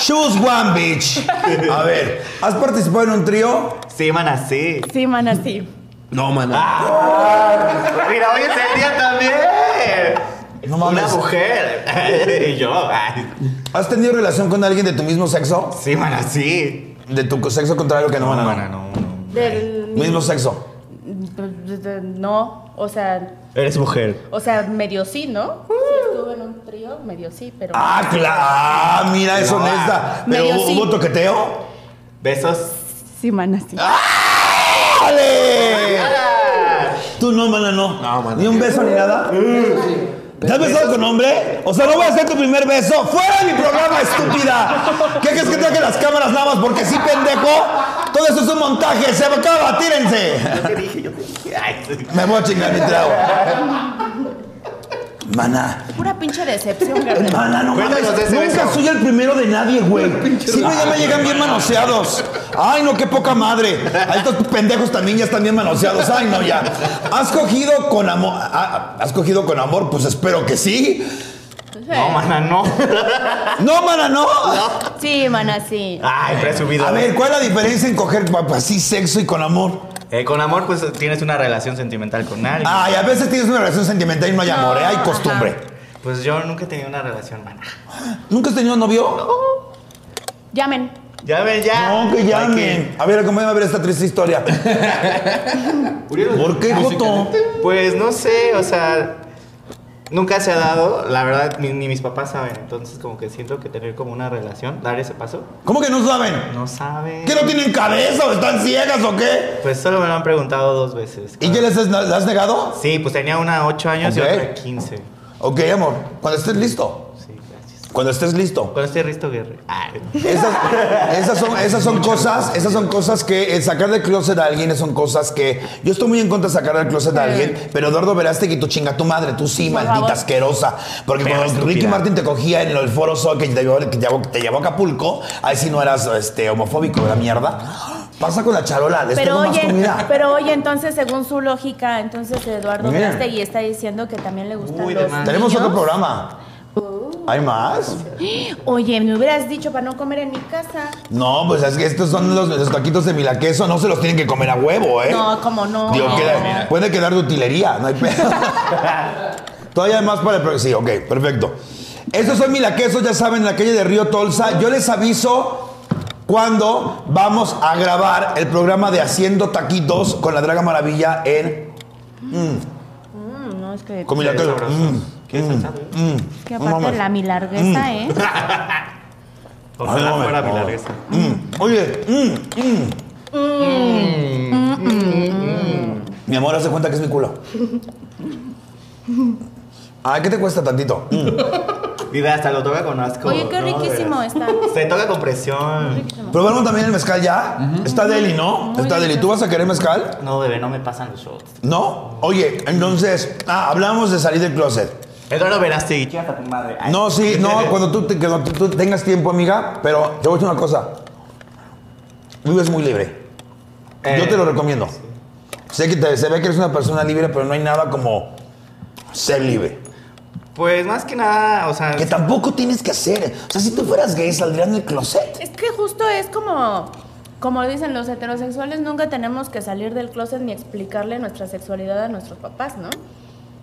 Choose one, bitch. A ver, ¿has participado en un trío? Sí, mana, sí. Sí, man, así. No, Ah, mana. Mira, hoy es el día también. No mames. Una mujer. (laughs) y yo. ay. ¿Has tenido relación con alguien de tu mismo sexo? Sí, mana, sí. De tu sexo contrario que no, mana, no. no, no. Del... Mismo sexo. No, o sea... Eres mujer. O sea, medio sí, ¿no? Sí, estuve en un trío, medio sí, pero. Uh. Ah, claro. Ah, mira, es No, honesta. ah. Pero Medio hubo, sí. hubo toqueteo. Besos. Sí, mana, sí. Ah. ¡Ale! Tú no, mana, no. No, mana. Ni un beso ni nada. ¿Te has besado con hombre? O sea, no voy a hacer tu primer beso. ¡Fuera de mi programa, (laughs) estúpida! ¿Qué crees que traje las cámaras nada más porque sí, pendejo? Todo eso es un montaje. Se acaba, tírense. Yo te dije, yo te dije. Ay, sí. Me voy a chingar mi trago. Maná. Pura pinche decepción, Gabriel. Maná, no Cuéntanos de mames. ese Nunca beso. soy el primero de nadie, güey. Siempre ya me llegan bien manoseados. Ay, no, qué poca madre. A estos pendejos también ya están bien manoseados. Ay, no, ya. ¿Has cogido con amor? ah, ¿Has cogido con amor? Pues espero que sí. No, mana, no. No, maná, no. Sí, mana, sí. Ay, presumido. A ver, ¿cuál es la diferencia en coger pues, así sexo y con amor? Eh, con amor, pues tienes una relación sentimental con alguien. Ay, a veces tienes una relación sentimental y no hay amor, ¿eh? hay ajá. costumbre. Pues yo nunca he tenido una relación, mana. ¿Nunca has tenido novio? Llamen. Ya ven, ya. No, que Ay, llamen. A ver, acompáñame a ver esta triste (laughs) historia. ¿Por qué, Joto? Pues no sé, o sea, nunca se ha dado, la verdad, ni, ni mis papás saben, entonces como que siento que tener como una relación, dar ese paso, ¿Cómo que no saben? no saben. ¿Que no tienen cabeza o están ciegas o qué? Pues solo me lo han preguntado dos veces. ¿Y qué les has, le has negado? Sí, pues tenía una 8 años Ok. y otra 15. Ok, amor, cuando estés listo. Sí, gracias. Cuando estés listo. Con este Risto Guerrero. Ah, Esas, esas son, esas son cosas, esas son cosas que el sacar del closet a alguien son cosas que yo estoy muy en contra de sacar del closet a alguien, pero Eduardo Verástegui, tú chinga tu madre, tú sí, Por maldita favor. asquerosa, porque Fea, cuando Ricky estúpida. Martin te cogía en el Foro Sol que te llevó, que te llevó- te llevó a Acapulco, ahí sí no eras este homofóbico, la mierda. Pasa con la charola, les Pero tengo más oye, comida. (laughs) pero oye, entonces, según su lógica, entonces Eduardo Mira. Castegui está diciendo que también le gustan Uy, de los más. Tenemos niños. otro programa. Uh. ¿Hay más? Oye, me hubieras dicho para no comer en mi casa. No, pues es que estos son los, los taquitos de milaqueso, no se los tienen que comer a huevo, ¿eh? No, como no. Digo, no. queda- puede quedar de utilería, no hay pedo. (laughs) Todavía hay más para el pro- Sí, ok, perfecto. Estos son milaquesos, ya saben, en la calle de Río Tolsa. Yo les aviso cuando vamos a grabar el programa de Haciendo Taquitos con la Draga Maravilla en Mm, no, es que, con milaquesos. sabroso. Mm, ¿Quieres mm, salsa? mm. es que No aparte mames. la mi largueza, Mm. (laughs) ¿eh? Ay, Ojalá Ah, no me- fuera mi no. largueza. Mm. Oye, mm, mm. mi amor, hace cuenta que es mi culo. Ay, ¿qué te cuesta tantito? Mm. Mira, hasta lo toca con asco. Oye, qué No, de riquísimo veras. está. Se toca con presión. ¿Probaron también el mezcal ya? Está deli, ¿no? Muy Está deli. ¿Tú vas a querer mezcal? No, bebé, no me pasan los shots. ¿No? Oye, entonces, ah, hablamos de salir del closet. Eduardo Verástegui, chicas a tu madre. Ay. No, sí, (laughs) no, cuando tú, te- cuando tú- tú tengas tiempo, amiga, pero te voy a decir una cosa. Vives muy libre. Yo Eh, te lo recomiendo. Sé que te- se ve que eres una persona libre, pero no hay nada como ser libre. Pues más que nada, o sea, Que tampoco tienes que hacer. O sea, si tú fueras gay, saldrías del closet. Es que justo es como, como dicen los heterosexuales, nunca tenemos que salir del closet ni explicarle nuestra sexualidad a nuestros papás, ¿no?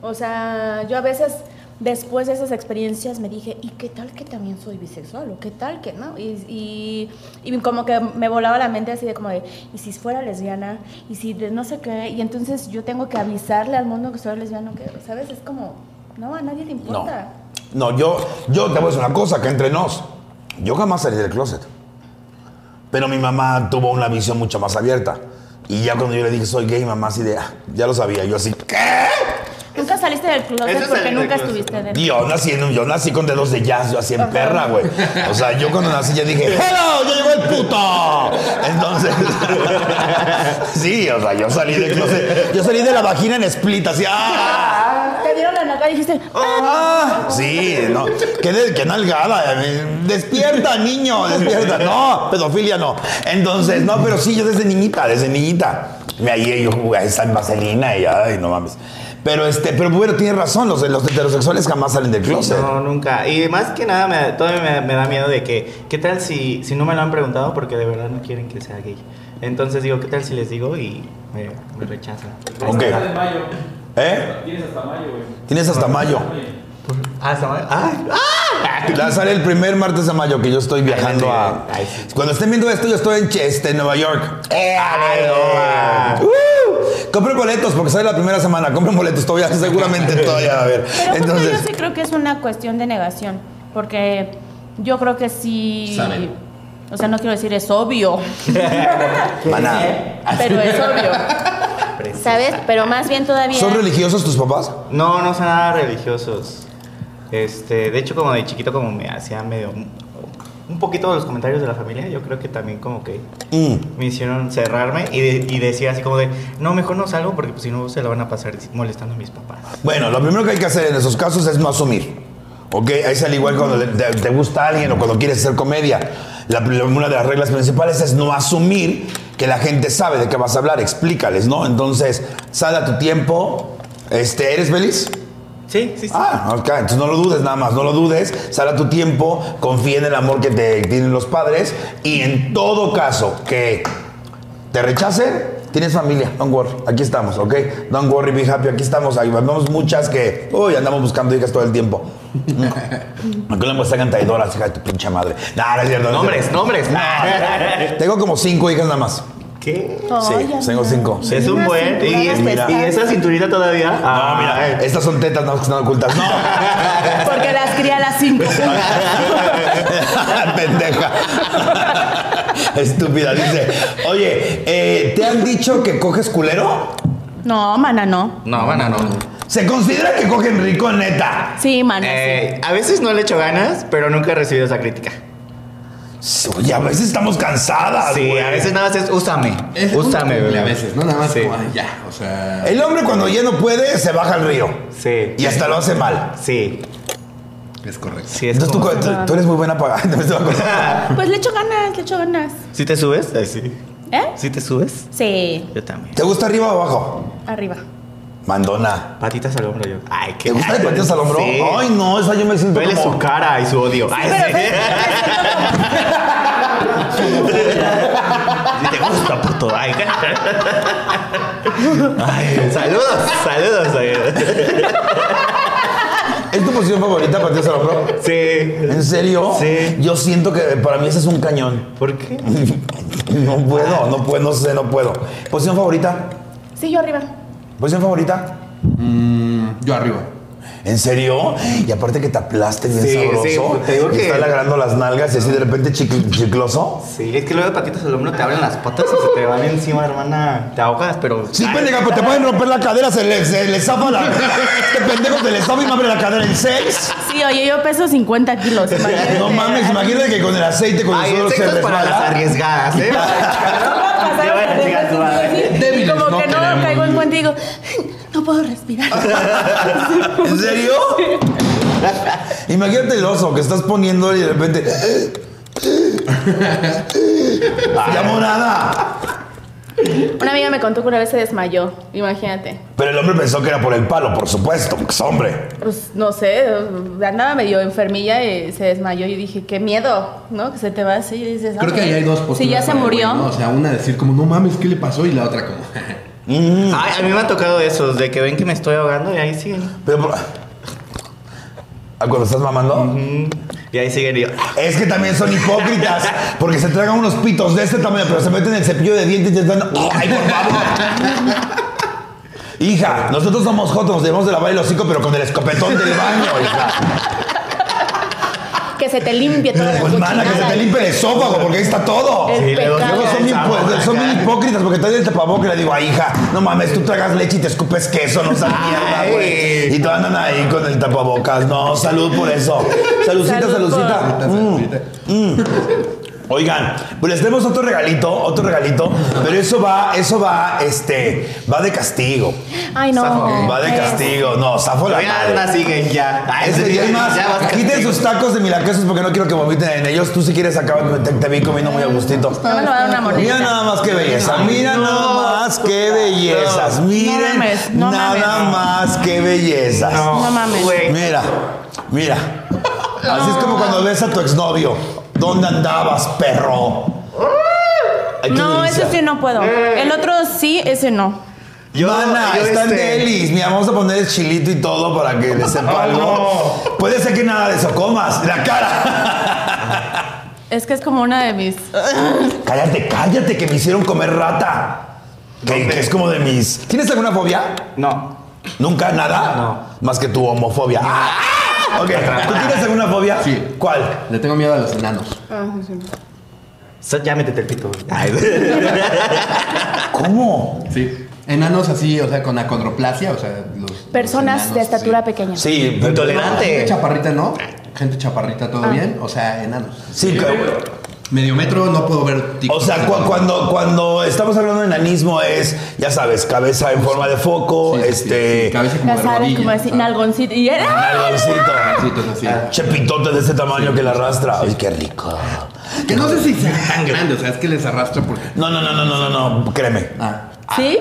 O sea, yo a veces después de esas experiencias me dije, ¿y qué tal que también soy bisexual? ¿O qué tal que no? Y, y, y como que me volaba la mente así de como de, ¿y si fuera lesbiana? ¿Y si de no sé qué? Y entonces yo tengo que avisarle al mundo que soy lesbiana, que, ¿sabes? Es como, no, a nadie le No. importa. No, yo, yo te voy a decir una cosa, que entre nos. Yo jamás salí del closet. Pero mi mamá tuvo una visión mucho más abierta. Y ya cuando yo le dije soy gay, mamá así de, "Ah, ya lo sabía. Yo así, ¿qué? Nunca saliste del Eso closet es porque salir del nunca closet, estuviste dentro. Yo nací, en, un- yo nací con dedos de jazz, yo así en perra, güey. O sea, yo cuando nací ya dije, ¡Hello! ¡Ya llegó el puto! Entonces, (laughs) sí, o sea, yo salí del closet. Yo salí de la vagina en split, así, ¡ah! Te dieron la nalga y dijiste, Ah, sí, no. Qué, de- qué nalgada. eh, Despierta, niño, despierta. No, pedofilia no. Entonces, no, pero sí, yo desde niñita, desde niñita. Me hallé yo güey, ahí está en vaselina y ay, no mames. Pero este, pero bueno, tienes razón, los, los heterosexuales jamás salen del closet. No, nunca. Y más que nada, me, todavía me, me da miedo de que, ¿qué tal si, si no me lo han preguntado? Porque de verdad no quieren que sea gay. Entonces digo, ¿qué tal si les digo y me, me rechazan? Ok. ¿Eh? Tienes hasta mayo, güey. Tienes Ah, ¿sabes? Ay, ah. hasta mayo. La sale el primer martes de mayo que yo estoy viajando a. Ay, sí. Cuando estén viendo esto, yo estoy en Ch- este, Nueva York. ¡Eh, Ay, Nueva! ¡Uh! Compren boletos porque sale la primera semana. Compren boletos todavía, (laughs) seguramente todavía va a haber. Pero justo Entonces, yo sí creo que es una cuestión de negación, porque yo creo que sí... Saben. O sea, no quiero decir es obvio, (laughs) maná. pero es ah, obvio. ¿Sabes? Pero más bien todavía... ¿Son religiosos tus papás? No, no son nada religiosos. Este, de hecho, como de chiquito, como me hacía medio un poquito de los comentarios de la familia, yo creo que también como que Mm. me hicieron cerrarme y, de- y decía así como de, no, mejor no salgo porque pues, si no se la van a pasar molestando a mis papás. Bueno, lo primero que hay que hacer en esos casos es no asumir. ¿Ok? Es al igual cuando le- te, te gusta alguien o cuando quieres hacer comedia. La- la- una de las reglas principales es no asumir que la gente sabe de qué vas a hablar. Explícales, ¿no? Entonces, sal a tu tiempo. Este, ¿Eres feliz? Sí, sí, sí. Ah, ok. Entonces no lo dudes nada más, no lo dudes. Sal a tu tiempo, confía en el amor que te tienen los padres. Y en todo caso, que te rechacen, tienes familia. Don't worry, aquí estamos, ¿ok? Don't worry, be happy, aquí estamos. Ahí vamos muchas que, uy, andamos buscando hijas todo el tiempo. Aunque la mujer sean traidoras, hija de tu pinche madre. No, no es cierto. no es Nombres, cierto. nombres. Tengo como cinco hijas nada más. Ah, ¿Qué? Oh, Sí, Ay, tengo amiga. cinco. Sí. Es un Una buen. Y, este, cintura y- respetable. y esa cinturita todavía. No, Ah, mira, eh, estas son tetas no, que están ocultas. No. Porque las cría a las (laughs) cinco. Pendeja. Estúpida, dice. Oye, eh, ¿te han dicho que coges culero? No, mana, no. No, bueno, no. Se considera que cogen rico, neta. Sí, mana, sí. Eh, a veces no le echo ganas, pero nunca he recibido esa crítica. Oye, a veces estamos cansadas, Sí, güey. a veces nada más es úsame. Ah, Es úsame, una- bebé. A veces, ¿no? Nada más Sí. como, ah. ay, ya, o sea... El hombre cuando ya no puede, se baja al río. Sí. Y hasta lo hace mal. Sí. Es correcto. Sí, es Entonces tú, como- tú- tú eres muy buena para... (laughs) me estaba (laughs) acordando. Pues le echo ganas, le echo ganas. ¿Sí te subes? Ay, sí. ¿Eh? ¿Sí te subes? Sí, Yo también. ¿Te gusta arriba o abajo? arriba. Mandona. Patitas al hombro yo. Ay, qué. ¿Te gusta de patitas al hombro? Sí. Ay, no, esa yo me siento Duele como- su cara y su odio. Ay, sí. Si te gusta, puto. Ay, (laughs) Ay, saludos, saludos. oye. ¿Es tu posición favorita, patitas al hombro? ¿En Sí. serio? Sí. Yo siento que para mí ese es un cañón. ¿Por qué? (laughs) No puedo, no puedo, no sé, no puedo. ¿Posición favorita? Sí, yo arriba. ¿Posición favorita? Mm, yo arriba. ¿En serio? Y aparte que te aplaste bien Sí, sí, sabroso. te digo y que- está lagrando las nalgas y así de repente chic- chicloso. Sí, es que luego de patitas al hombro te abren las patas y se te van encima, hermana. Te ahogas, pero. Sí, Ay, pendeja, pues te pueden romper la cadera, se le, se le zafa la. Este pendejo se le zafa y me abre la cadera en (laughs) seis. Sí, oye, yo peso 50 kilos. (laughs) imagínate. No mames, imagínate que con el aceite, con el Ay, el suelo se sexo es para las resbala. arriesgadas, ¿eh? Te van a chingar tu madre. Y como no que no, queremos. caigo en cuenta y digo, no puedo respirar. (laughs) ¿En serio? (laughs) Imagínate el oso que estás poniendo y de repente. (laughs) ¡Ya morada! Una amiga me contó que una vez se desmayó, imagínate. Pero el hombre pensó que era por el palo, por supuesto, porque es hombre. Pues no sé, andaba medio enfermilla y se desmayó y dije, qué miedo, ¿no? Que se te va así y dices, ah, Creo que ahí bueno. hay dos posturas. Si ya se para el güey, murió. ¿no? O sea, una decir como, no mames, ¿qué le pasó? Y la otra como... (laughs) Ay, a mí me ha tocado eso, de que ven que me estoy ahogando y ahí siguen. Pero. por- Ah, Cuando estás mamando. Mm, Y ahí siguen y yo. Es que también son hipócritas, porque se tragan unos pitos de este tamaño, pero se meten el cepillo de dientes y te están. ¡Ay, por favor! (laughs) Hija, nosotros somos jotos, nos llevamos de lavar el hocico, pero con el escopetón del baño, hija. Que se te limpie toda la (laughs) Pues mana, que se cochinada. te limpie el esófago, porque ahí está todo. El Sí, luego- pecado. Luego son bien, pues, son bien hipócritas porque traen el tapabocas y le digo, ay, hija, no mames, tú tragas leche y te escupes queso, no sabes mierda, güey. Y todos andan ahí con el tapabocas. No, salud por eso. (laughs) Saludcita, Salud por- saludcita. Oigan, pues les tenemos otro regalito, otro regalito, pero eso va, eso va, este, va de castigo. Ay, no. Va de castigo. No, zafo la Ya madre. la siguen ya. Ah, Ay, Ese día es más, ya vas quiten castigo. sus tacos de milaquesos porque no quiero que vomiten en ellos. Tú si quieres acabar, te, te vi comiendo muy a gustito. No me lo va a dar una mordida. Mira nada más qué belleza, mira nada más qué bellezas, No miren mames, no nada mames. más qué bellezas. No mames. Güey. Mira, mira. Así es como cuando ves a tu exnovio. ¿Dónde andabas, perro? Ay, qué No, delicia. ese sí no puedo. El otro sí, ese no. Yo- Mana, yo está este- en delis. Mira, vamos a poner el chilito y todo para (laughs) que le sepa algo. Puede ser que nada de eso comas. La cara. Es que es como una de mis. cállate, cállate, que me hicieron comer rata. Que, que es como de mis. ¿Tienes alguna fobia? No. ¿Nunca? ¿Nada? No. Más que tu homofobia. Ah, ok. ¿Tú tienes alguna fobia? Sí. ¿Cuál? Le tengo miedo a los enanos. So- ya métete el pito. güey. Ay, (laughs) ¿Cómo? Sí. Enanos así, o sea, con acondroplasia, o sea, los... los Personas enanos, de estatura sí. pequeña. Ah. Sí, pero- Intolerante. Chaparrita, ¿no? gente chaparrita, todo bien. O sea, enanos. Sí, claro. Medio metro, no puedo ver O TikTok. sea, cu- cuando, cuando estamos hablando de enanismo es, ya sabes, cabeza en forma de foco, Sí, sí, sí, sí, este. cabeza como Ya de sabes, rodilla, como así, ¿sabes? nalgoncito. Y era. nalgoncito. Nalgoncitos así. Che pitote de este tamaño que la arrastra. Ay, qué rico. Que no sé si sean tan grandes, o sea, es que les arrastra porque. No, no, no, no, no, no, no. Créeme, Ah, ¿Sí?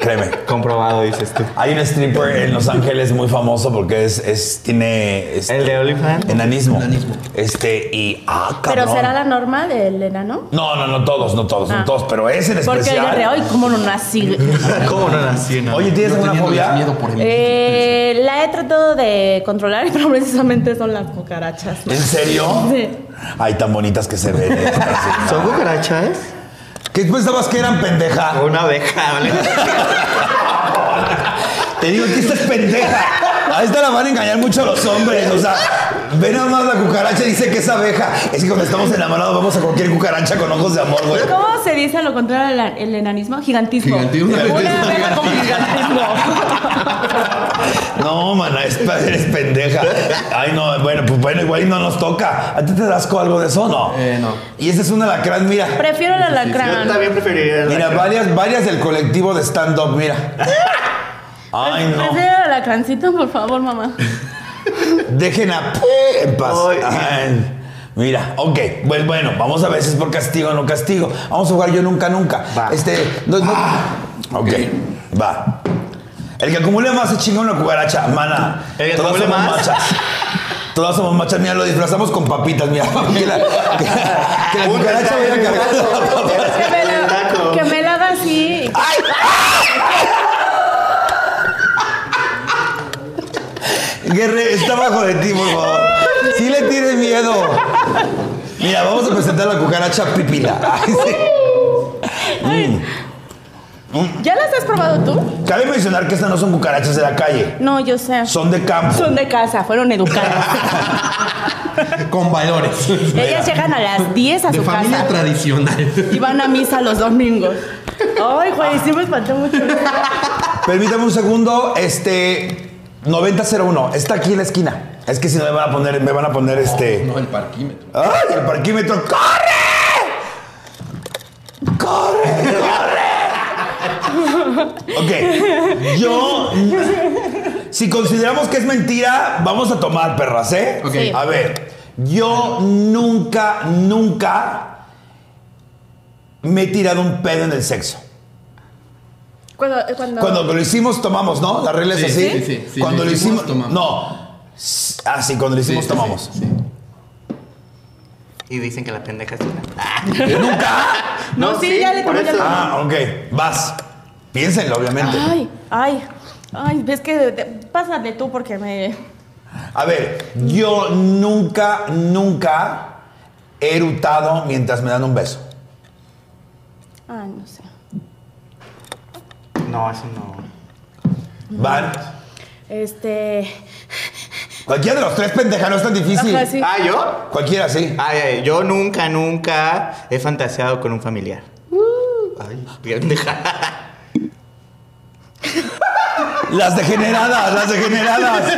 créeme. Comprobado, dices tú. Hay un stripper en Los Ángeles muy famoso porque es, es tiene es- ¿El de OnlyFans? enanismo. Enanismo. Este, y ah, cabrón. Pero será la norma del enano. No, no, no todos, no todos, no Ah. todos, pero ese en Porque el de especial. hoy, ¿cómo no nací? (laughs) (laughs) ¿Cómo no nací, no? Oye, ¿tienes no alguna teniéndoles fobia? miedo por el Eh, la he tratado de controlar, (laughs) pero precisamente son las cucarachas. ¿En serio? Sí. Ay, tan bonitas que se ven. eh. (laughs) ¿Son cucarachas? ¿Qué pensabas que eran pendeja? Una abeja, ¿vale? Te digo que esta es pendeja. A esta la van a engañar mucho a los hombres. O sea, ve nada más la cucaracha y dice que es abeja. Es que cuando estamos enamorados vamos a cualquier cucaracha con ojos de amor, güey. ¿Cómo se dice a lo contrario del el enanismo? Gigantismo. Gigantismo. Una abeja con gigantismo. No, mana, es- eres pendeja. Ay, no, bueno, pues bueno, igual y no nos toca. ¿A ti te das con algo de eso, no? Eh, no. Y ese es un alacrán, mira. Prefiero el Yo alacrán. también preferiría el Mira, alacrán. varias, varias del colectivo de stand-up, mira. Ay, no. Prefiero el alacrancito, por favor, mamá. Dejen a P en paz. Ay. Ay, Mira, ok, pues bueno, vamos a ver si es por castigo o no castigo. Vamos a jugar yo nunca, nunca. Va. Ah. Este, no, no- ok, va. El que acumule más se chinga una cucaracha, mana. El que Todas acumule somos más. machas. Todas somos machas, mira, lo disfrazamos con papitas, mira. (laughs) Que la, que, que la cucaracha vaya cargando. Que me la, que me la haga así. Guerre, está bajo de ti, por favor. Sí le tienes miedo. Mira, vamos a presentar la cucaracha pipila. Ay, sí. ¿Ya las has probado tú? Cabe mencionar que estas no son cucarachas de la calle, No, yo sé. son de campo. Son de casa, fueron educadas. Con (laughs) valores. Ellas llegan a las 10 a De su familia casa tradicional. y van a misa los domingos. Ay, güey, sí me espantó mucho. Permítame un segundo, este 9001, está aquí en la esquina. Es que si no me van a poner, me van a poner este. No, el parquímetro. ¡Ay, el parquímetro! ¡Corre! ¡Corre! ¡Corre! Ok, yo. Si consideramos que es mentira, vamos a tomar perras, ¿eh? Ok. Sí. A ver, yo nunca, nunca me he tirado un pedo en el sexo. Cuando, eh, cuando, Cuando lo hicimos, tomamos, ¿no? La regla es Sí, así. sí, sí, sí. Cuando Lo lo hicimos, hicimos, tomamos. No. Ah, sí, cuando lo Sí, hicimos, sí, tomamos. sí, sí. Y dicen que la pendeja es una. ¿Nunca? No, sí, ya le por tomé, ya le eso. tomé. Ah, ok. Vas. Piénsenlo, obviamente. Ay, ay, ay, ves que de- de- pásate tú porque me. A ver, yo nunca, nunca he erutado mientras me dan un beso. Ay, no sé. No, eso no. Van. Este. Cualquiera de los tres pendejas no es tan difícil. Ajá, sí. ¿Ah, yo? Cualquiera, sí. Ah, Ay, ay, yo nunca, nunca he fantaseado con un familiar. Ay, pendeja. Las degeneradas, las degeneradas. Es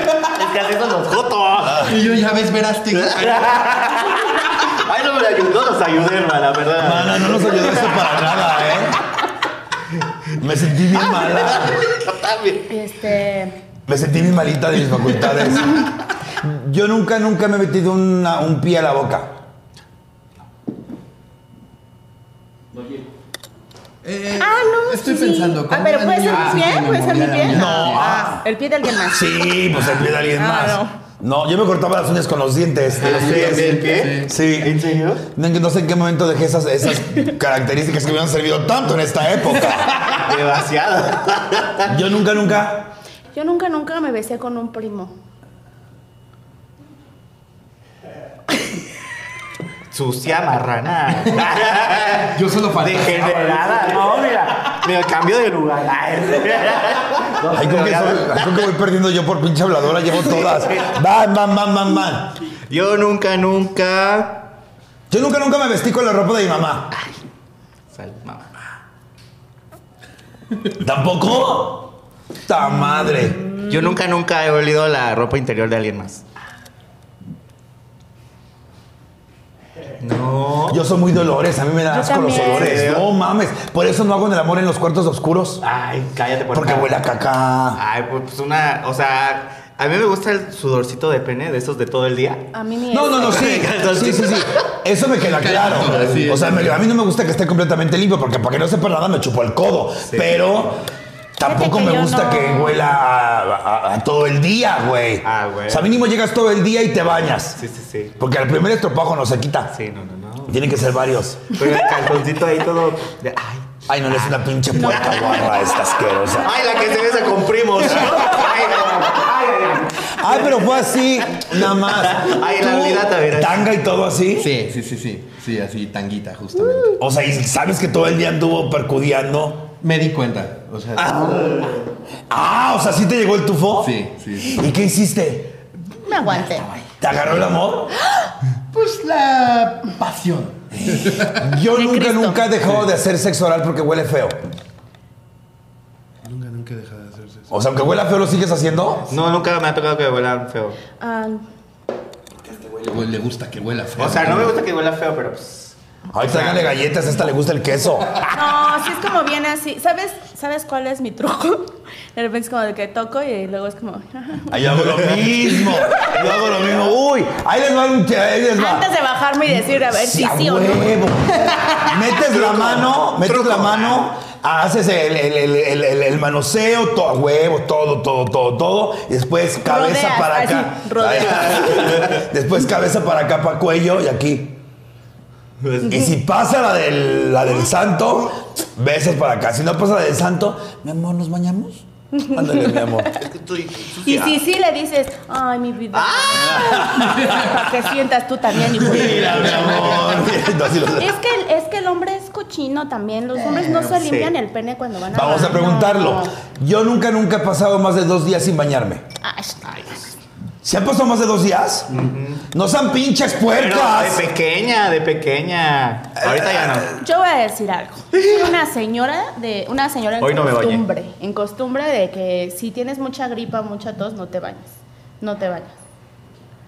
que así son los jotos. Y yo ya ves, verás, te- Ay, no me la ayudó, los ayudé, hermana, ¿verdad? Mana, Ah, no nos ayudó eso para nada, ¿eh? Me sentí bien mala. Yo también. Este. Me sentí bien malita de mis facultades. Yo nunca, nunca me he metido una- un pie a la boca. Eh, Ah, no. Estoy sí. pensando. Ah, ¿cómo pero una puede ser niña mi así que pie, me puede ser mi moviera la pie. mano? No. Ah, el pie de alguien más. Sí, pues el pie de alguien Ah, más. No. yo me cortaba las uñas con los dientes. de los Ah, pies. ¿del pie? Sí. ¿En serio? No, no sé en qué momento dejé esas, (laughs) esas características que me han servido tanto en esta época. Demasiado. Yo nunca, nunca. Yo nunca, nunca me besé con un primo. Sucia marrana. Yo solo falté. Degenerada. No, mira. Mira, cambio de lugar. Ay, Ay, creo que, soy- ay, creo que voy perdiendo yo por pinche habladora, llevo todas. Van, van, van, van, van. (laughs) Yo nunca, nunca. Yo nunca, nunca me vestí con la ropa de mi mamá. Sal, mamá. ¿Tampoco? ¡Ta madre! Yo nunca, nunca he olido la ropa interior de alguien más. No. Yo soy muy dolores, a mí me dan Yo asco los también. olores. No mames, por eso no hago en el amor en los cuartos oscuros. Ay, cállate por Porque acá. huele a caca. Ay, pues una. O sea, a mí me gusta el sudorcito de pene, de esos de todo el día. A mí ni No, eso. (laughs) no, no, sí. Sí, sí, sí. Eso me queda claro. Sí, O sea, me- a mí no me gusta que esté completamente limpio, porque para que no sepa nada me chupo el codo. Pero tampoco que me yo gusta no. que huela a, a- a todo el día, güey. Ah, güey. O sea, mínimo llegas todo el día y te bañas. Sí, sí, sí. Porque al primer estropajo no se quita. Sí, no, no, no. Tienen que ser varios. Pero el calzoncito ahí todo. de- Ay. Ay, no, no es una pinche puerta guarra esta asquerosa. Ay, la que se besa con primos. Ay, no, no. Ay, ay, Ay, pero fue así, nada más. Ay, la Tú, olvidata, mira. Tanga y todo así. Sí, sí, sí, sí. Sí, así, tanguita, justamente. Uh. O sea, y sabes que todo el día anduvo percudiando. Me di cuenta. O sea, Ah, o sea, sí te llegó el tufo. sí, sí, sí. ¿Y qué hiciste? Me aguanté. ¿Te agarró el amor? Pues la pasión. Yo De nunca, Cristo. nunca he dejado de hacer sexo oral porque huele feo. Nunca, nunca deja de hacerse eso. O sea, aunque huela feo, ¿lo sigues haciendo? ay. No, nunca me ha tocado que huela feo. Ah, Le, le gusta que huela feo. O sea, no me gusta que huela feo, pero pues. Ay, tráigale galletas, a esta le gusta el queso. no, sí es como bien así. ¿Sabes, ¿Sabes cuál es mi truco? (laughs) De repente es como de que toco y luego es como. Ay, yo hago lo mismo. Yo hago lo mismo. Uy, ahí les va un... Ahí les va. Antes de bajarme y decir, a ver Sí, si a Pues, sí o (laughs) no. huevo. Metes la mano, metes la mano, haces el, el- el- el- el- el manoseo, todo a huevo, todo, todo, todo, todo. Y después cabeza Rodeas, para así, acá. (laughs) rodeas. después cabeza para acá, para cuello y aquí. Y si pasa la del, la del santo, besos para acá. Si no pasa la del santo, mi amor, ¿nos (laughs) bañamos? Ándale, mi amor. Y si sí le dices, ay, mi vida. Para que sientas tú también, hijo de- Ah. Mira, mi amor. (laughs) No, así lo- Es que, el- es que el hombre es cochino también. Los hombres no se sí. limpian el pene cuando van a Eh, Vamos a baño. preguntarlo. Yo nunca, nunca he pasado más de dos días sin bañarme. Ay, ay. ¿Se han pasado más de dos días? No sean pinches Pero puercas. de pequeña, de pequeña. Ahorita ya no. Yo voy a decir algo. Soy una señora de una señora en Hoy no me bañé. costumbre, en costumbre de que si tienes mucha gripa, mucha tos, no te bañas. No te bañas.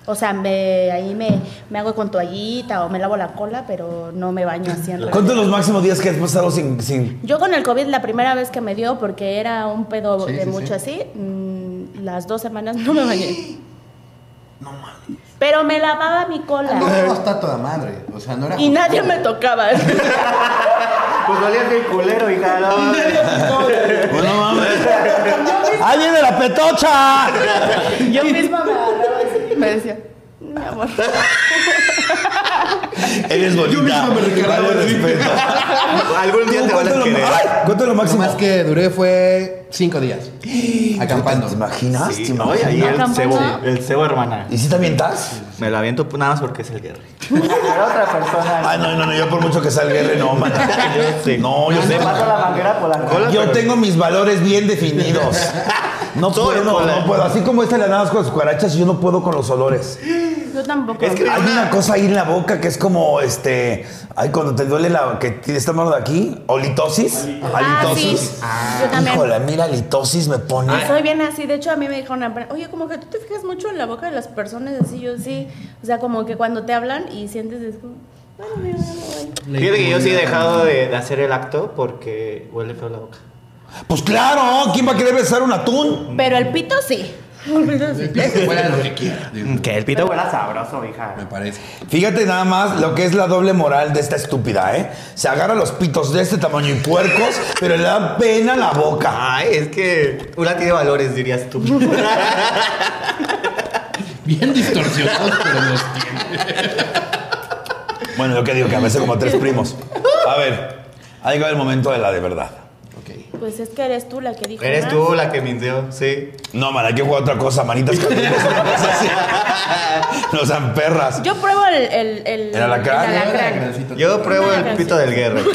O sea, me, ahí me, me hago con toallita o me lavo la cola, pero no me baño así en realidad. ¿Cuántos los máximos días que has pasado sin, sin- Yo con el COVID la primera vez que me dio, porque era un pedo Sí, de sí, mucho sí. así, mm, las dos semanas no me bañé. (gasps) No Pero me lavaba mi cola. No, está toda madre. O sea, Ah, no era. Y nadie me tocaba. Pues valía el culero, hija. No, ¡Ahí viene la petocha! (laughs) Yo misma me agarraba así y me decía, mi amor. Eres bonita. Yo mismo me recargaba respeto. Algún día te van ¿Cuánto, a lo, querer. ay, cuánto lo Lo máximo? más que duré fue (gasps) cinco días. Acampando. ¿Te (laughs) imaginas? ¿Te Sí, no, y imaginas? ahí el Acampando. cebo, el cebo hermana. ¿Y si te avientas? Me la aviento nada más porque es el guerre. Pero otra persona. Ay, no, no, no, yo por mucho que salga R, no, man. (laughs) Yo sé. No, yo sé. paso la manguera por la cola. Yo pero- tengo mis valores bien definidos. (laughs) No Todo puedo, con la- no puedo. Así como esta le nada más con las cucarachas, yo no puedo con los olores. Yo tampoco. Ah, Es que- Hay una cosa ahí en la boca que es como, este, ay, cuando te duele la, que tienes esta mano de aquí, o litosis. Ah, sí. Halitosis. ah, Yo también. Híjole, a mí la litosis me pone. Soy bien así. De hecho, a mí me dijo una persona, oye, como que tú te fijas mucho en la boca de las personas. Así yo sí. O sea, como que cuando te hablan y sientes es como, bueno, mi amor, bueno. Fíjate que yo sí he dejado de, de hacer el acto porque huele feo la boca. Pues claro, ¿quién va a querer besar un atún? Pero el pito sí. (laughs) Que fuera lo que quiera. Mm. digo, Mm, Que el pito huela sabroso, hija. Me parece. Fíjate nada más lo que es la doble moral de esta estúpida, ¿eh? Se agarra los pitos de este tamaño y puercos, pero le da pena la boca. Ay, es que una tiene valores, dirías tú. Bien distorsionados, pero los tiene. Bueno, lo que digo, que a veces como tres primos. A ver, ha llegado el momento de la de verdad. Ok. Pues es que eres tú la que dijo. Eres más. tú la que mintió, sí. No, man, hay que jugar otra cosa, manitas (laughs) calientes, una cosa así. No sean perras. Yo pruebo el. el, el ¿El alacrán? el alacrán. Yo (laughs) pruebo el pito del guerre. (laughs)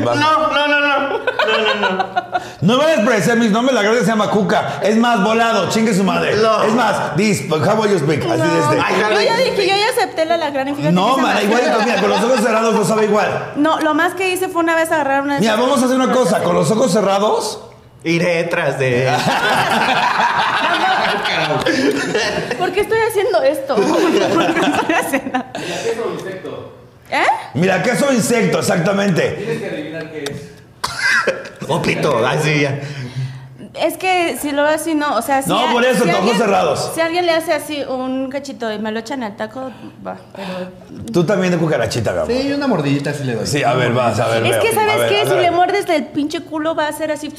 No, no, no, no. No me despreciar mis nombres, la gracia se llama Cuca. Es más, volado, chingue su madre. No. Es más, this, but how will you speak? Así No, desde. Ay, yo ya dije, yo ya acepté la alacrán y fíjate que No, se man, me- igual que mira, con los ojos cerrados no sabe igual. No, lo más que hice fue una vez agarrar una. Mira, vamos a hacer una cosa, con los ojos cerrados, Iré tras de. (laughs) ¿Por qué estoy haciendo esto? (laughs) ¿Por qué estoy haciendo? ¿Eh? Mira, queso insecto, exactamente. (laughs) Oh, pito, así ya. Es que si lo veo así, no. O sea, si No, por eso, si ojos alguien- cerrados. Si alguien le hace así un cachito y me lo echan al taco, va. Pero Tú también de cucarachita, mi amor. Sí, una mordidita sí le doy. Sí, a ver, vas, a ver. Es veo. que, A ¿sabes ver, a qué? Si ver. le muerdes el pinche culo, va a ser así.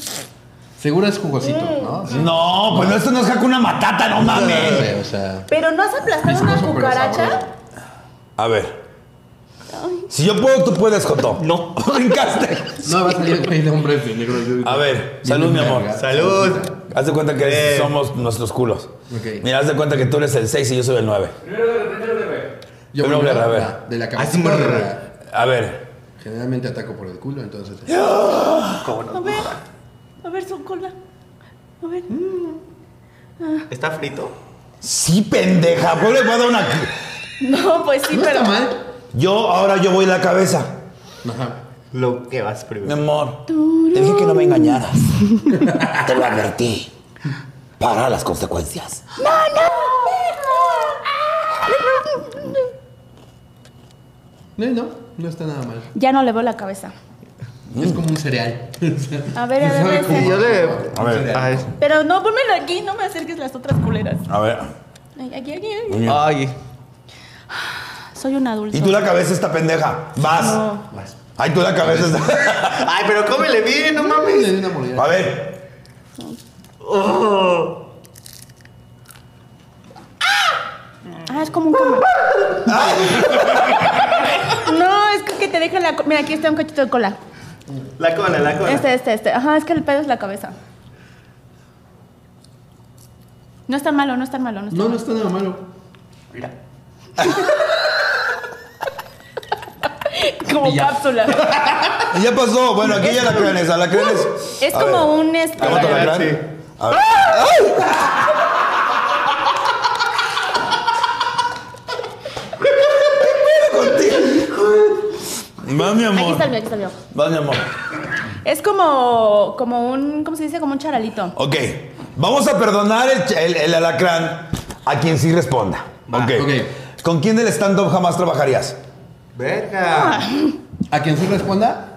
Seguro es jugosito, ¿no? Sí. No, pues no, esto no es una matata, no mames. O sea, Pero no has aplastado una Viscoso, pero cucaracha. sabroso. A ver. Si yo puedo, tú puedes, Joto. No. (laughs) Brincaste. no va a salir el rey de hombres de negro. A ver, salud, mi amor. Salud. Haz de cuenta que Eh. somos nuestros culos. Ok. Mira, haz de cuenta que tú eres el 6 y yo soy el 9. Yo Pero, primero, a ver. Ah, la- de la cabeza. Hazme- para- A ver. Generalmente ataco por el culo, entonces. A ver, a ver su cola. A ver. ¿Está frito? Sí, pendeja. Pues le voy a dar una. No, pues sí, ¿No pero. está mal? Yo, ahora yo voy la cabeza. Ajá. Lo que vas Mi primero. amor, te dije que no me (laughs) engañaras. Te lo advertí. Para las consecuencias. ¡No, no! No, no, no está nada mal. Ya no le veo la cabeza. Mm. Es como un cereal. A ver, a ver, (laughs) Sabe ese. como- Yo le- A ver. cereal. Ay. Pero no, pónmelo aquí, no me acerques las otras culeras. A ver. Ay, Aquí, aquí, aquí. Muy bien. Ay. Soy un adulto. Y tú la cabeza esta pendeja. Vas. No. Vas. Ay, tú la cabeza esta. Ay, pero cómele bien, no Le Pues, mames. di una mordida. A ver. Oh. Ah, es como un cama. no, es que te deja la. co- Mira, aquí está un cachito de cola. La cola, la cola. Este, este, este. Ajá, es que el pedo es la cabeza. No es tan malo, no es tan malo, no es tan No, no malo. está nada malo. Mira. como Y ya. cápsula. Y ya pasó. Bueno, aquí ya la creanes. A la creanes. Es A como ver. un este. ¿Cómo te la crean? Sí. A ver. ¡Ay! ¿Qué pedo contigo? Va, mi Aquí amor. está el mío, aquí está el mío. Va, mi amor. Es como, como un, ¿cómo se dice? Como un charalito. Ok, vamos a perdonar el, ch- el- el alacrán a quien sí responda. Va, ok. ok. ¿Con quién del stand-up jamás trabajarías? Verga. A quien se responda,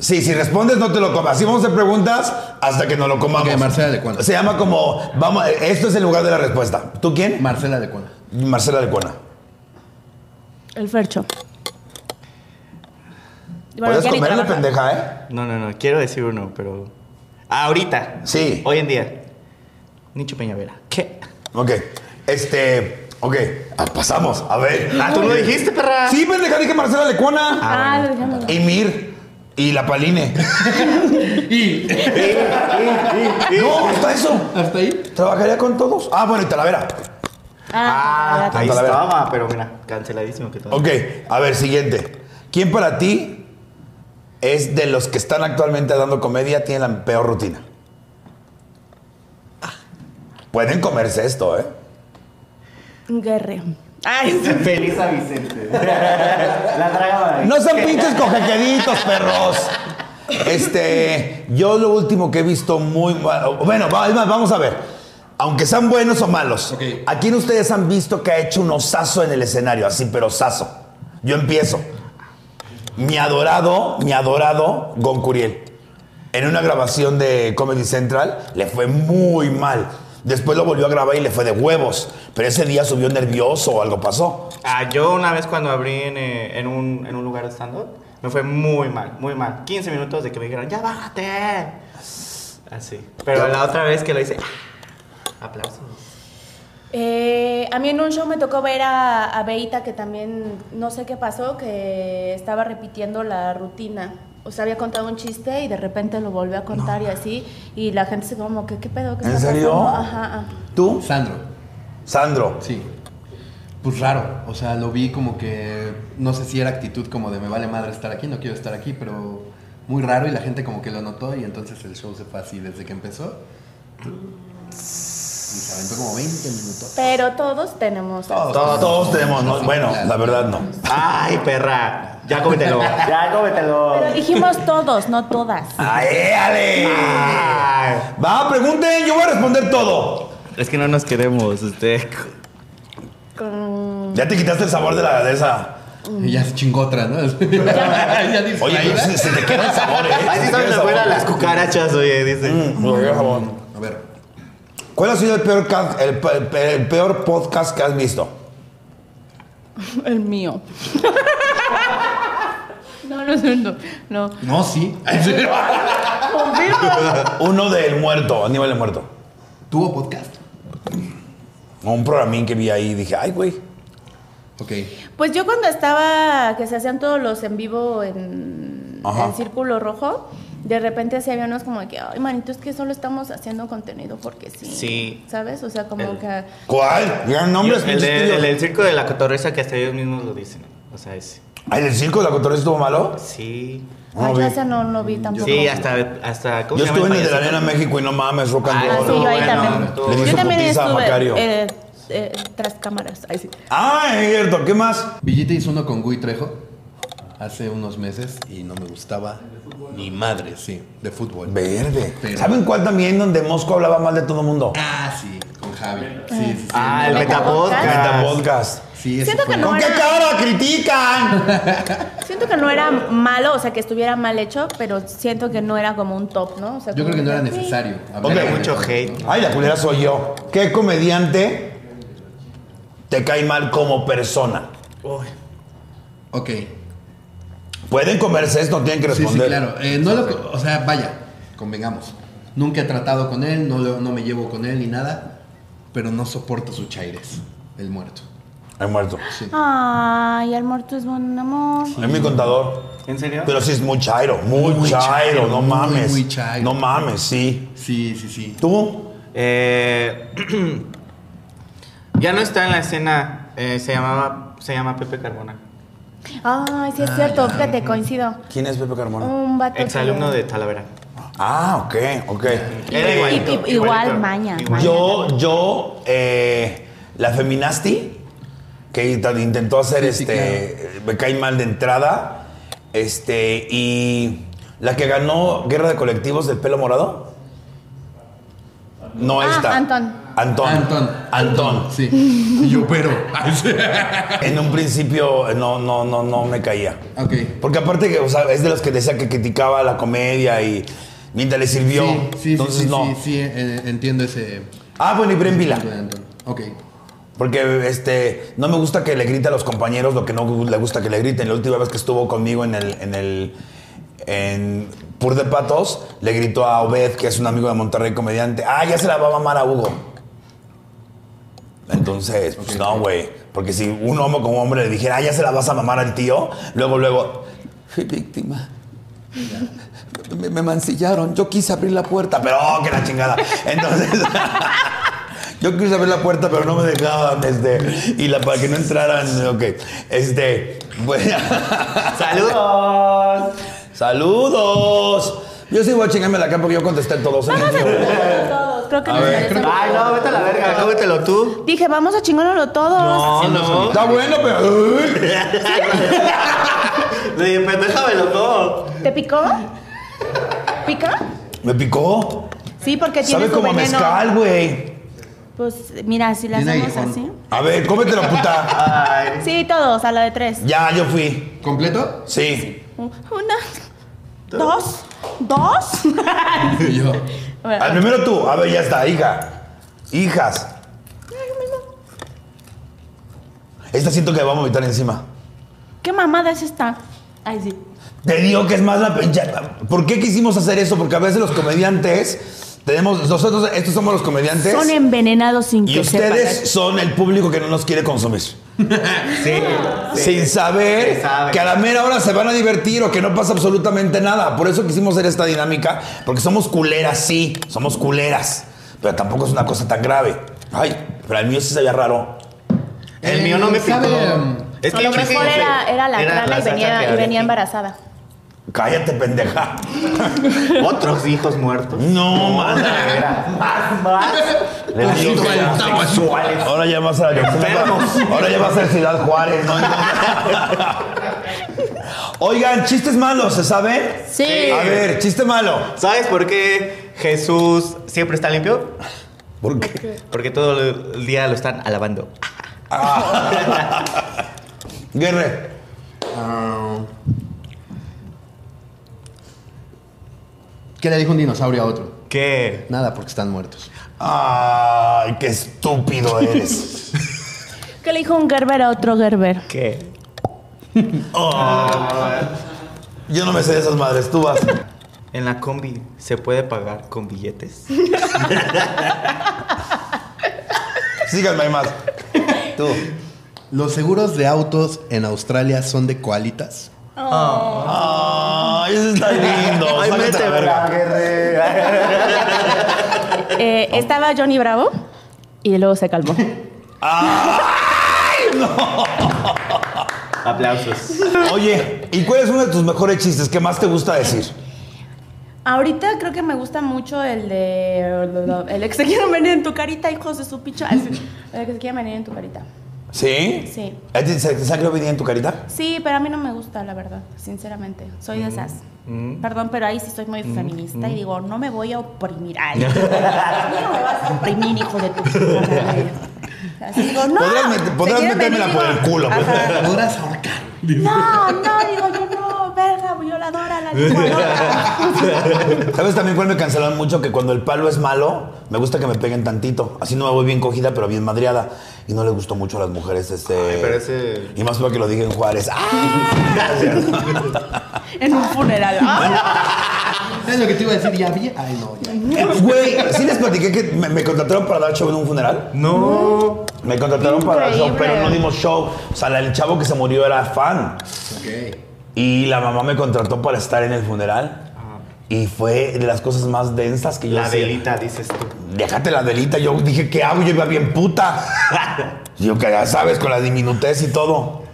Sí, si respondes no te lo comas. Así vamos a hacer preguntas hasta que no lo comamos. Ok, Marcela de Cuana. Se llama como, vamos, esto es el lugar de la respuesta. ¿Tú quién? Marcela de Cuana. Marcela de Cuana. El fercho. Puedes ya ni comerle trabaja. pendeja, ¿eh? No, no, no. Quiero decir uno, pero. Ah, ahorita. Sí. Hoy en día. Nicho Peñavera. ¿Qué? Ok, este, ok, Ah, pasamos, a ver. Ah, tú lo dijiste, perra. Sí, pendeja, dije Marcela de Cuana. Ah, lo dejamos. Y Mir. Y la Paline. Y (laughs) (laughs) no, hasta eso. hasta ahí. Trabajaría con todos. Ah, bueno, y Talavera. Ah, Ah, ahí Talavera. estaba, pero mira, canceladísimo que todo. Ok, a ver, siguiente. ¿Quién para ti es de los que están actualmente dando comedia tiene la peor rutina? Pueden comerse esto, ¿eh? un guerrero. Ay, sí. Feliz a Vicente. La tragaba. No son pinches cojequeditos, perros. Este, yo lo último que he visto muy mal- Bueno, va- es más, vamos a ver. Aunque sean buenos o malos, Ok. ¿a quién ustedes han visto que ha hecho un osazo en el escenario? Así, pero osazo. Yo empiezo. Mi adorado, mi adorado Goncuriel. En una grabación de Comedy Central le fue muy mal. Después lo volvió a grabar y le fue de huevos. Pero ese día subió nervioso o algo pasó. Ah, yo una vez cuando abrí en, eh, en un, en un lugar de stand-up, me fue muy mal, muy mal. 15 minutos de que me dijeron, ya bájate. Así. Pero la otra vez que lo hice, ¡ah! aplausos. Eh, a mí en un show me tocó ver a, a Beita que también no sé qué pasó, que estaba repitiendo la rutina. O sea, había contado un chiste y de repente lo volvió a contar y así. Y la gente se quedó como, ¿qué, qué pedo? ¿Qué ¿En está serio? pasando?" Ajá. ajá. ¿Tú? Sandro, Sandro. sí. Pues raro, o sea, lo vi como que no sé si era actitud como de me vale madre estar aquí, no quiero estar aquí, pero muy raro y la gente como que lo notó y entonces el show se fue así desde que empezó. Y se aventó como 20 minutos. Pero todos tenemos. Todos, todos tenemos, ¿no? Sí, bueno, claro. la verdad no. ¡Ay, perra! Ya cómetelo. Ya cómetelo. Pero dijimos todos, no todas. ¡Ay, ale! Ay. Ah. Va, pregunten, yo voy a responder todo. Es que no nos queremos, este. Con... Ya te quitaste el sabor de la de esa. Y ya se chingó otra, ¿no? (laughs) ya distraída. Oye, pero se, se te queda el sabor, (laughs) ¿eh? Se Ay, te queda sí el saben sabor. afuera las cucarachas, oye, dicen. Mm, se te queda el sabor. A ver, ¿Cuál ha sido el peor, ca- el pe- el pe- el peor podcast que has (laughs) visto? El mío. (laughs) no, no, no, no. No. no, sí. Uno del muerto, Aníbal el muerto. ¿Tuvo podcast? Un programín que vi ahí y dije, ay, güey. Ok. Pues yo cuando estaba, que se hacían todos los en vivo en, Ajá. en Círculo Rojo, de repente se había unos como de que, ay, manito, es que solo estamos haciendo contenido porque sí. Sí. ¿Sabes? O sea, como El- que... "Ah, ¿Cuál? Gran nombre. es el, pinches de- tíos. el del circo de la cotorreza que hasta ellos mismos lo dicen. O sea, es. Ay, ¿El circo de la cotorreza estuvo malo? Sí. No Ay, vi. ya esa no, no vi tampoco. Sí, hasta. hasta ¿cómo Yo se llama estuve en el de la payaso? Arena México y no mames, rock and Ah, Ah, roll. sí, yo ahí Bueno, también. tú. Le Yo hizo también putiza a Macario. estuve eh, eh, tras cámaras. Ahí sí. Ah, es cierto. ¿Qué más? Villita hizo uno con Gui Trejo hace unos meses y no me gustaba ni madre, sí, de fútbol. Verde. Pero- ¿Saben cuál también donde Mosco hablaba mal de todo el mundo? Ah, sí, con Javi. Sí, sí, sí. Ah, el Metapodcast. metapodcast. Meta podcast. Sí, ese Siento fue- que no ¿Con qué era- cara (laughs) critican? Siento que no era malo, o sea, que estuviera mal hecho, pero siento que no era como un top, ¿no? O sea, Yo como creo que no era sí. necesario. Ok. de Mucho todo, hate. ¿no? Ay, la culera soy yo. ¿Qué comediante te cae mal como persona? Uy. Ok. Pueden comerse esto, no tienen que Sí, responder. sí, claro. Eh, no lo, o sea, vaya, convengamos. Nunca he tratado con él, no, lo- no me llevo con él ni nada, pero no soporto su chaires, el muerto. He muerto. Ay, el muerto es buen amor. Es mi contador. ¿En serio? Pero sí es muy chairo, muy, Muy chairo, chairo, no muy, mames. muy chairo. No mames, sí. Sí, sí, sí. ¿Tú? Eh, ya no está en la escena. eh, se llamaba. Se llama Pepe Carbona. Ay, sí es cierto, fíjate, coincido. ¿Quién es Pepe Carmona? Oh. Un vato. Exalumno que- de Talavera. Ah, ok, ok. Era Y- igualito, y- igualito. igual, maña, maña. Yo, yo, eh, la feminasti, que ta- intentó hacer Sí, sí, este, me cae mal de entrada, este, y la que ganó Guerra de Colectivos del pelo morado. No Ah, esta. Antón. Antón. Antón. Antón. Sí. Y yo, pero. En un principio no, no, no, no me caía. ok. Porque aparte, que, o sea, es de los que decía que criticaba la comedia y mientras le sirvió. Sí, sí, Entonces sí, sí, no. sí, sí, eh, entiendo ese. Ah, bueno, y Bren Vila. punto de Antón. Ok. Porque este, no me gusta que le grite a los compañeros lo que no le gusta que le griten. La última vez que estuvo conmigo en el, en el en Pur de Patos, le gritó a Obed, que es un amigo de Monterrey comediante, ah, ya se la va a mamar a Hugo. Entonces, pues Ok, no, ok. güey. Porque si un hombre como hombre le dijera, ah, ya se la vas a mamar al tío, luego, luego, fui víctima. Me, me mancillaron, yo quise abrir la puerta, pero oh, que la chingada. Entonces, (laughs) yo quise abrir la puerta, pero no me dejaban, este, y la, para que no entraran, ok. Este, bueno. (laughs) ¡Saludos! ¡Saludos! Yo sí voy a chingarme la cara porque yo contesté todos. Vamos a chingarnos todos. Creo que nos merecemos. Ay, no, vete a la verga, cómetelo tú. Dije, vamos a chingárnoslo todos. No, no. Está bueno, pero... (laughs) uy. Sí, pero déjamelo todo. ¿Te picó? ¿Pica? Me picó. Sí, porque tiene Sabe su como a veneno. mezcal, güey. Pues mira, si la Tiene hacemos aguijón. así. A ver, cómete la puta. (laughs) Ay. Sí, todos, a la de tres. Ya, yo fui. ¿Completo? Sí. Una, dos, (laughs) dos. Y yo. Bueno, Ah, Al primero tú. A ver, ya está, hija. Hijas. Esta siento que va a vomitar encima. ¿Qué mamada es esta? Ay, sí. Te digo que es más la pincha- ¿Por qué quisimos hacer eso? Porque a veces los comediantes tenemos. Nosotros, estos somos los comediantes. Son envenenados sin Y que ustedes sepas. son el público que no nos quiere consumir. Sin saber Sí, saben. que a la mera hora se van a divertir o que no pasa absolutamente nada. Por eso quisimos hacer esta dinámica, porque somos culeras, sí, somos culeras. Pero tampoco es una cosa tan grave. Ay, pero el mío sí se veía raro. El mío no me picó. Sabe, um, Es A lo creo mejor era, era la la cara y salsa que venía, y había venía aquí. embarazada. Cállate, pendeja. Otros hijos muertos. No, mana. Era. Más, más. Le Pues digo que ya. Ahora ya vas a Ahora ya vas a Ciudad Juárez, ¿no? Oigan, chistes malos, ¿se sabe? Sí. A ver, chiste malo. ¿Sabes por qué Jesús siempre está limpio ¿Por qué? porque todo el día lo están alabando. Guerre. Ah. ¿Qué le dijo un dinosaurio a otro? ¿Qué? Nada, porque están muertos. Ay, qué estúpido eres. ¿Qué le dijo un Gerber a otro Gerber? ¿Qué? Yo no me sé de esas madres, tú vas. En la combi se puede pagar con billetes. Síganme hay más. Tú. ¿Los seguros de autos en Australia son de coalitas? Ay, eso está lindo. Ay, Este, Sácate la vete, verga. Eh, estaba Johnny Bravo y luego se (laughs) calmó. Aplausos. Oye, ¿y cuál es uno de tus mejores chistes que más te gusta decir? Ahorita creo que me gusta mucho el de. El que se quieren venir en tu carita, hijos de su picha. El que se quieren venir en tu carita. ¿Sí? Sí. ¿A ti ¿Se te salió bien en tu carita? Sí, pero a mí no me gusta, la verdad, sinceramente. Soy de esas. Mm. Perdón, pero ahí sí soy muy feminista y digo, no me voy a oprimir. (laughs) Ay, a mí no me vas a oprimir, hijo de tu puta madre. Así digo, no. Podrás met- se podrás quieren metérmela venir, por digo, el culo, pues. ajá. Podrás ahorcar. No, no, digo, yo no, verga, (laughs) violadora, la licuadora. ¿Sabes también cuál me cancelaron mucho? Que cuando el palo es malo, me gusta que me peguen tantito. Así no me voy bien cogida, pero bien madreada. Y no les gustó mucho a las mujeres este... pero ese- Y más porque lo dije en Juárez. ¡Ah! en un funeral. (laughs) Ah, ¿Sabes lo que te iba a decir? ¿Ya había? Ay, no, ya. Güey, ¿sí les platiqué que me, me contrataron para dar show en un funeral? No. Me contrataron para dar show, Increíble. pero no dimos show. O sea, la- el chavo que se murió era fan. Ok. Y la mamá me contrató para estar en el funeral. Y fue de las cosas más densas que yo La hacía. velita, dices tú. Déjate la delita. Yo dije, ¿qué hago? Yo iba bien puta. yo que ya sabes, con la diminutez y todo.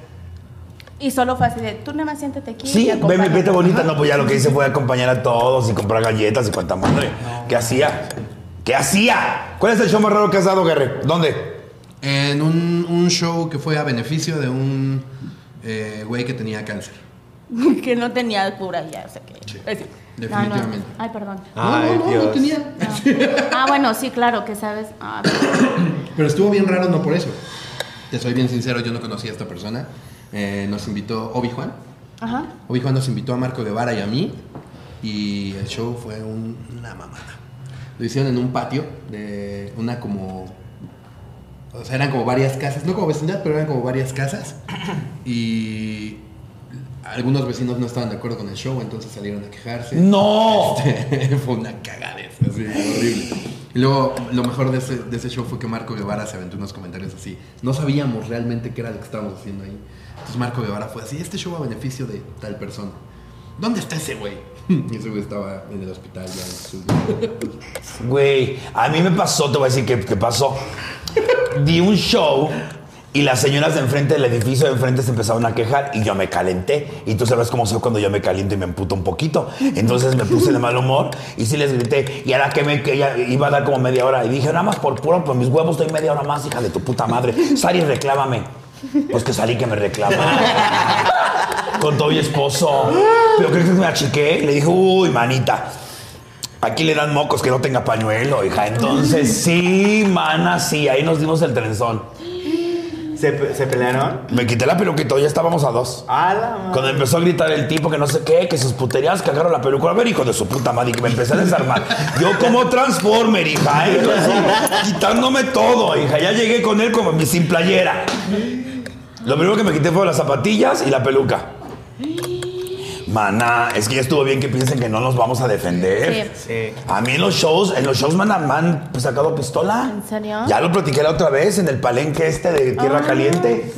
Y solo fue así de, tú nada más siéntate aquí. Sí, ve y mi acompáñame. vete bonita. No, pues ya lo que hice fue acompañar a todos y comprar galletas y cuanta madre. ¿Qué hacía? ¿Qué hacía? ¿Cuál es el show más raro que has dado, Guerre? ¿Dónde? En un, un show que fue a beneficio de un eh, güey que tenía cáncer. (laughs) que no tenía cura ya, o sea que. es decir, no, no. definitivamente. Ay, perdón. Ay, no, no, no Dios. tenía. Ah, bueno, sí, claro, que sabes. (coughs) Ah, pero- (laughs) Pero estuvo bien raro, no por eso. Te soy bien sincero, yo no conocía a esta persona. Eh, nos invitó Obi-Juan. Ajá. Obi-Juan nos invitó a Marco Guevara y a mí. Y el show fue un- una mamada. Lo hicieron en un patio de una como... O sea, eran como varias casas. No como vecindad, pero eran como varias casas. Y algunos vecinos no estaban de acuerdo con el show, entonces salieron a quejarse. ¡No! Este, (laughs) fue una cagadez, así, horrible. Y luego, lo mejor de ese, de ese show fue que Marco Guevara se aventó unos comentarios así. No sabíamos realmente qué era lo que estábamos haciendo ahí. Entonces Marco Guevara fue así, este show a beneficio de tal persona. ¿Dónde está ese güey? (laughs) Y ese güey estaba en el hospital ya. en su- Güey, a mí me pasó, te voy a decir qué, qué pasó. Di un show y las señoras de enfrente del edificio de enfrente se empezaron a quejar y yo me calenté. Y tú sabes cómo soy cuando yo me caliento y me emputo un poquito. Entonces me puse de mal humor y sí les grité. Y ahora que me que ya iba a dar como media hora. Y dije, nada más por puro, por mis huevos doy media hora más, hija de tu puta madre. Sari, reclámame. Pues que Sari que me reclama. Con todo y esposo. Pero crees que me achiqué. Le dije, uy, manita. Aquí le dan mocos que no tenga pañuelo, hija. Entonces, sí, mana, sí. Ahí nos dimos el trenzón. ¿Se, pe- se pelearon? Me quité la peluquita, ya estábamos a dos. A la madre. Cuando empezó a gritar el tipo que no sé qué, que sus puterías cagaron la peluca. A ver, hijo de su puta madre, y que me empecé a desarmar. Yo como Transformer, hija, ¿eh? Así, quitándome todo, hija. Ya llegué con él como mi sin playera. Lo primero que me quité fue las zapatillas y la peluca. Mana, es que ya estuvo bien que piensen que no nos vamos a defender. Sí. Sí. A mí en los shows, en los shows me han, me han sacado pistola. ¿En serio? Ya lo platiqué la otra vez en el palenque este de Tierra Ah. Caliente.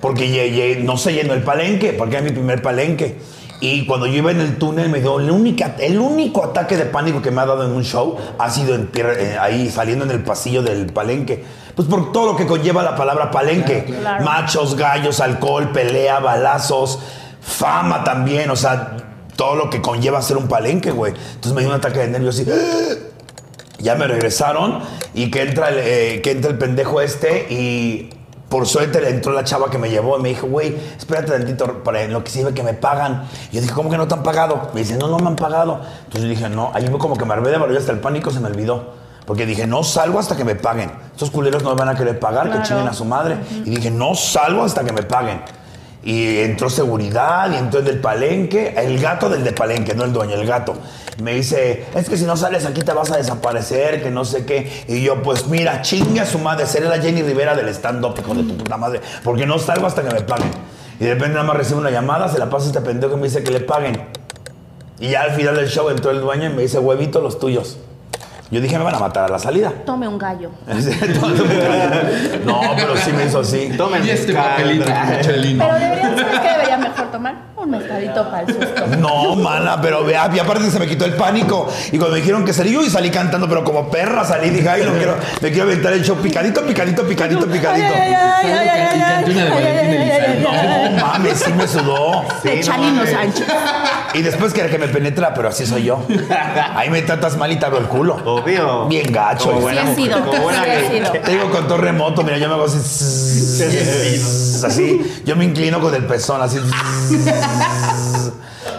Porque ye- ye- no se llenó el palenque, porque era mi primer palenque. Y cuando yo iba en el túnel me dio el, única, el único ataque de pánico que me ha dado en un show ha sido en tierra- eh, ahí saliendo en el pasillo del palenque. Pues por todo lo que conlleva la palabra palenque. Claro. Machos, gallos, alcohol, pelea, balazos, fama también, o sea, todo lo que conlleva ser un palenque, güey. Entonces me dio un ataque de nervios así. Ya me regresaron y que entra el, eh, que entra el pendejo este y Por suerte le entró la chava que me llevó y me dijo, güey, espérate tantito para lo que sirve que me pagan. Y yo dije, ¿cómo que no te han pagado? Me dice, no, no me han pagado. Entonces yo dije, no, ahí fue como que me armé de valor y hasta el pánico se me olvidó. Porque dije, no salgo hasta que me paguen. Estos culeros no me van a querer pagar, Claro. que chinguen a su madre. Y dije, no salgo hasta que me paguen. Y entró seguridad, y entró el del palenque, el gato del de palenque, no el dueño, el gato. Me dice, es que si no sales aquí te vas a desaparecer, que no sé qué. Y yo, pues mira, chingue a su madre, seré la Jenny Rivera del stand-up, hijo de tu puta madre, porque no salgo hasta que me paguen. Y de repente nada más recibo una llamada, se la pasa este pendejo que me dice que le paguen. Y ya al final del show entró el dueño y me dice, huevito, los tuyos. Yo dije, me van a matar a la salida. (laughs) Tome un gallo. no, pero sí me hizo así. Tomen Y este mezcal. papelito chelino. Pero deberían saber que debería mejor tomar un mezcalito para el susto. No, mana, pero vea, y aparte se me quitó el pánico. Y cuando me dijeron que salí, yo salí cantando, pero como perra salí, dije, ay, no quiero, me quiero aventar el show picadito, picadito, picadito, picadito. Ay, ay, ay, ay, ay, ay, Una de ay, Valentín ay, ay, Elizalde. ay, ay, ay. No mames, sí me sudó. De Chalino Sánchez. Y después que era que me penetra, pero así soy yo. Ahí me tratas mal y te abro el culo. Obvio. Bien gacho. Como hijo. Sí buena ha mujer, sido. como buena Sí ha sido. Te digo con todo remoto, mira, yo me hago así. zzzz, Así. Yo me inclino con el pezón, así. zzzz.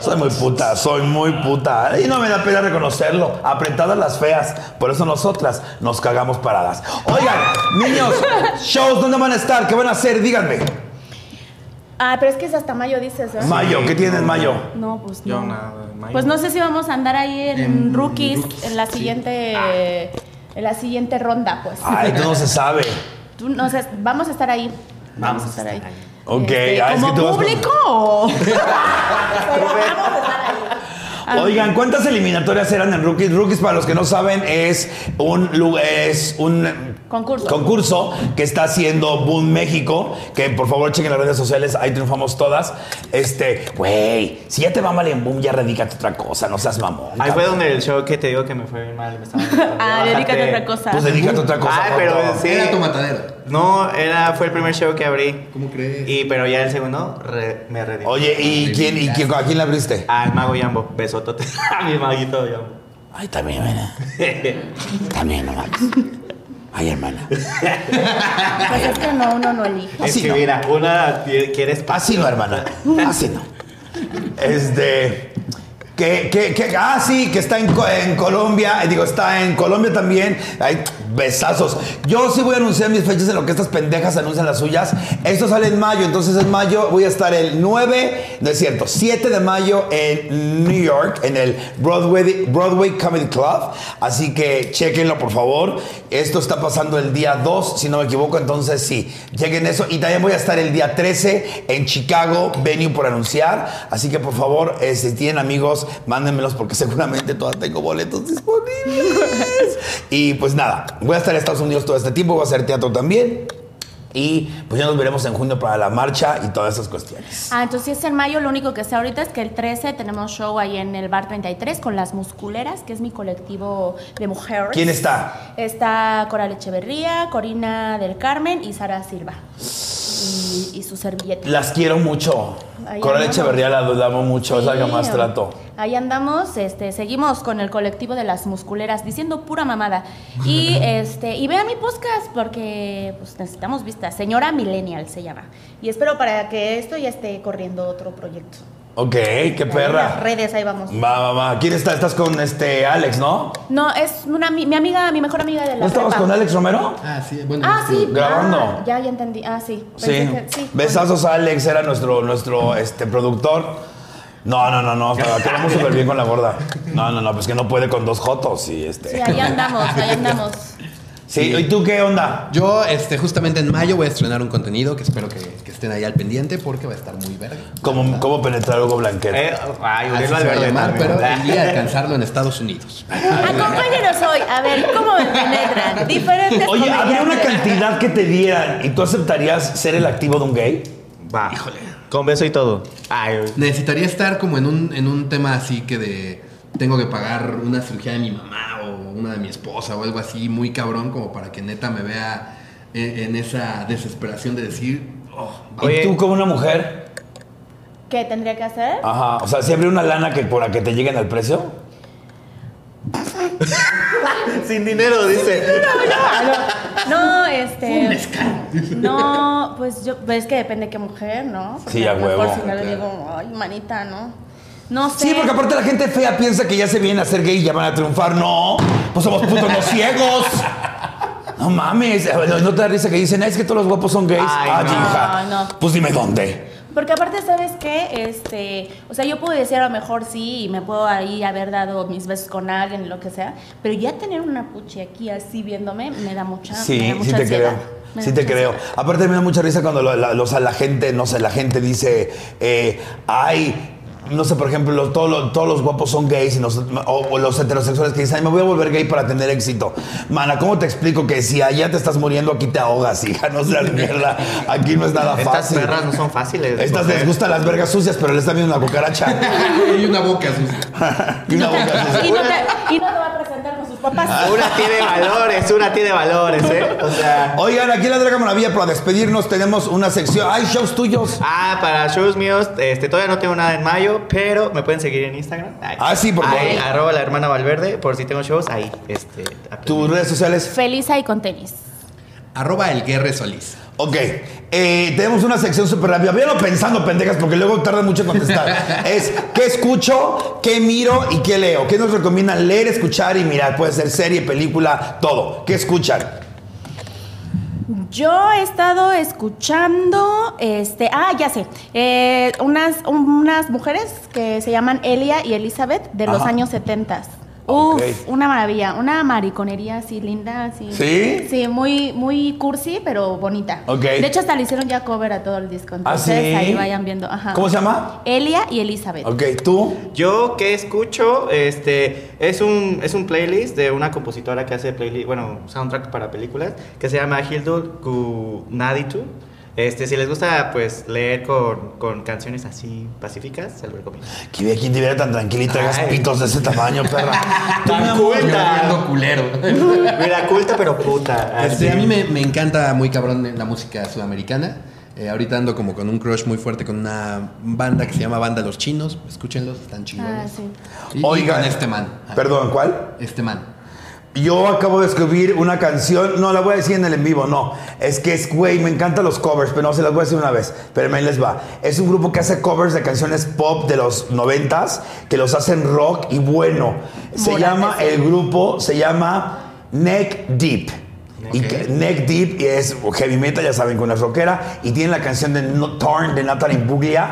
Soy muy puta, soy muy puta. Y no me da pena reconocerlo. Apretadas las feas. Por eso nosotras nos cagamos paradas. Oigan, niños, shows, ¿dónde van a estar? ¿Qué van a hacer? Díganme. Ah, pero es que es hasta mayo, dices, ¿verdad? Mayo, ¿qué tienen en mayo? No, pues Yo no. nada, Mike. Pues no sé si vamos a andar ahí en, En rookies, rookies, en la sí. siguiente Ah. en la siguiente ronda, pues. Ay, tú no se sabe. (laughs) Tú no sé, vamos a estar ahí. Vamos, a estar ahí. Ok, Este, ah, es ¿Como que tú vas con- público o- (laughs) Pero vamos a estar ahí. Ah, Oigan, ¿cuántas eliminatorias eran en Rookies? Rookies, para los que no saben, es un, lu- es un Concurso. concurso que está haciendo Boom México. Que por favor chequen las redes sociales, ahí triunfamos todas. Este, güey, si ya te va mal en Boom, ya radícate otra cosa, no seas mamón. Ahí cabrón. fue donde el show que te digo que me fue bien mal. Me estaba (laughs) Ah, dedícate a otra cosa. Pues dedícate a otra cosa. Ay, pero joto. sí. Era tu matadero. No, era, fue el primer show que abrí. ¿Cómo crees? Y, pero ya el segundo re- me redimí. Oye, ¿y quién, y quién, a quién la abriste? Al mago Yambo, besotote. (laughs) A mi maguito Yambo. Ay, también, mira. También, no mames. Ay, hermana. Pues es que no, uno no elige. es Así que Ah, no. mira, una ti- quieres paz. Así Este, ah, no, hermana. Así no. Este. Que, que, que, ah, sí, que está en, Co- en Colombia. eh, Digo, está en Colombia también. Hay besazos. Yo sí voy a anunciar mis fechas en lo que estas pendejas anuncian las suyas. Esto sale en mayo, entonces en mayo voy a estar el 9, no es cierto, 7 de mayo en New York, en el Broadway, Broadway Comedy Club. Así que chequenlo, por favor. Esto está pasando el día 2, si no me equivoco, entonces sí, chequen eso. Y también voy a estar el día 13 en Chicago, venue por anunciar. Así que por favor, eh, si tienen amigos, mándenmelos porque seguramente todavía tengo boletos disponibles. y pues nada, voy a estar en Estados Unidos todo este tiempo, voy a hacer teatro también. Y pues ya nos veremos en junio para la marcha y todas esas cuestiones. Ah, entonces si es en mayo, lo único que sé ahorita es que el 13 tenemos show ahí en el bar 33 con las musculeras, que es mi colectivo de mujeres. ¿Quién está? Está Coral Echeverría, Corina del Carmen y Sara Silva. Y, y su servilleta. Las quiero mucho. Ahí Coral andamos. Echeverría la, la amo mucho, es la que Sí. más trato. Ahí andamos, este, seguimos con el colectivo de las musculeras, diciendo pura mamada. (laughs) Y este, y vea mi podcast, porque pues, necesitamos vistas. Señora Millennial se llama. Y espero para que esto ya esté corriendo otro proyecto. Ok, qué Ahí en Las perra. redes, ahí vamos. Va, va, va. ¿Quién está? Estás con este Alex, ¿no? No, es una, ami- mi amiga, mi mejor amiga de la ¿No estabas prepa. con Alex Romero? Ah, sí, bueno. Ah, sí. Grabando. ah, ya, ya entendí. Ah, sí. Sí. Pensé que- sí. Besazos a Alex, era nuestro, nuestro este, productor. No, no, no, no. la Quedamos (laughs) súper bien con la gorda. No, no, no, pues que no puede con dos jotos y Sí, este. ahí andamos, ahí (laughs) andamos. Sí, ¿y tú qué onda? Yo, este, justamente en mayo voy a estrenar un contenido que espero que, que estén ahí al pendiente porque va a estar muy verga. ¿Cómo, cómo penetrar Hugo Blanquet? Eh, Ah, ay, Así Uriel se va a Valverde llamar, también. pero tendría que alcanzarlo en Estados Unidos. Acompáñenos hoy a ver cómo me penetran diferentes Oye, ¿habría una comediantes. cantidad que te dieran y tú aceptarías ser el activo de un gay? Va. Híjole. Con beso y todo. Ay, Necesitaría estar como en un, en un tema así que de tengo que pagar una cirugía de mi mamá o una de mi esposa o algo así muy cabrón como para que neta me vea en, en esa desesperación de decir, oh, va- Oye. ¿Y tú como una mujer? ¿Qué tendría que hacer? Ah. Ajá. O sea, ¿siempre una lana que por la que te lleguen al precio? Sin dinero, dice. No, este. No, pues yo, pues es que depende de qué mujer, ¿no? Porque Sí, a lo mejor huevo. si no le digo, ay, manita, ¿no? No sé. Sí, porque aparte la gente fea piensa que ya se vienen a ser gay y ya van a triunfar. No, pues somos putos los ciegos. No mames, no, no te da risa que dicen, "Ay, es que todos los guapos son gays. Ay, ah, no. hija. Ay, no. Pues dime dónde. Porque aparte, ¿sabes qué? Este, o sea, yo puedo decir a lo mejor sí y me puedo ahí haber dado mis besos con alguien y lo que sea, pero ya tener una puche aquí así viéndome me da mucha Ah, me da Sí, mucha sí te ansiedad. Me creo. da Sí te mucha creo. ansiedad. Aparte me da mucha risa cuando lo- la, los- la gente, no sé, la gente dice, eh, ay, no sé, por ejemplo, los- todos los- todos los guapos son gays y nos- o, o los heterosexuales que dicen, ay, me voy a volver gay para tener éxito. Mana, ¿cómo te explico que si allá te estás muriendo, aquí te ahogas, (laughs) hija? No seas mierda. Aquí no es nada Estas fácil. perras no son fáciles. de Estas les coger. gustan las vergas sucias, pero les también una cucaracha. y una boca sucia. y una No te- (laughs) boca (laughs) sucia. y, no te, y no te va a presentar con sus papás. Una tiene valores, una tiene valores, ¿eh? O sea. Oigan, aquí en la Draga Maravilla, para despedirnos, tenemos una sección. ¡Ay, shows tuyos! Ah, para shows míos, este, todavía no tengo nada en mayo, pero me pueden seguir en Instagram. Ay. Ah, sí, por favor. Ahí, arroba la hermana Valverde, por si tengo shows, ahí. Este, Tus redes sociales. Feliz ahí con tenis. Arroba el Guerre Solís. Ok. eh, tenemos una sección súper rápida. Véanlo pensando, pendejas, porque luego tarda mucho en (laughs) contestar. es qué escucho, qué miro y qué leo. ¿Qué nos recomiendan leer, escuchar y mirar? Puede ser serie, película, todo. ¿Qué escuchan? Yo he estado escuchando, este, ah, ya sé, eh, unas, unas mujeres que se llaman Elia y Elizabeth de los Ajá. años 70. Uf, Ok. una maravilla, una mariconería así linda, así. ¿Sí? Sí, muy, muy cursi, pero bonita. Ok. ¿Ah, De hecho, hasta le hicieron ya cover a todo el disco. Entonces, sí? ahí vayan viendo. Ajá. ¿Cómo se llama? Elia y Elizabeth. Ok, tú. Yo que escucho, este, es un, es un playlist de una compositora que hace playlist, bueno, soundtrack para películas, que se llama Hildur Gunaditu. Este, si les gusta, pues, leer con, con canciones así pacíficas, se lo recomiendo. Que ve quién te viera tan tranquila y traigas Ay. pitos de ese tamaño, (laughs) perra. Tú, mi Tan amor. Llorando culta. culero. Mira, culta pero puta. así. Este, a mí me, me encanta muy cabrón la música sudamericana. Eh, ahorita ando como con un crush muy fuerte con una banda que se llama Banda Los Chinos. Escúchenlos, están Ah, chingones. sí. Y- y Oigan. con este man. Ah, Perdón, ¿cuál? Este man. Yo acabo de escribir una canción, no la voy a decir en el en vivo, no. Es que es, güey, me encantan los covers, pero no se las voy a decir una vez. Pero ahí les va. Es un grupo que hace covers de canciones pop de los noventas, que los hacen rock y bueno. Se Volantes, llama, sí. el grupo se llama Neck Deep. Y que- Neck Deep y es heavy metal, ya saben, con una rockera. Y tiene la canción de No Turn de Natalie Buglia,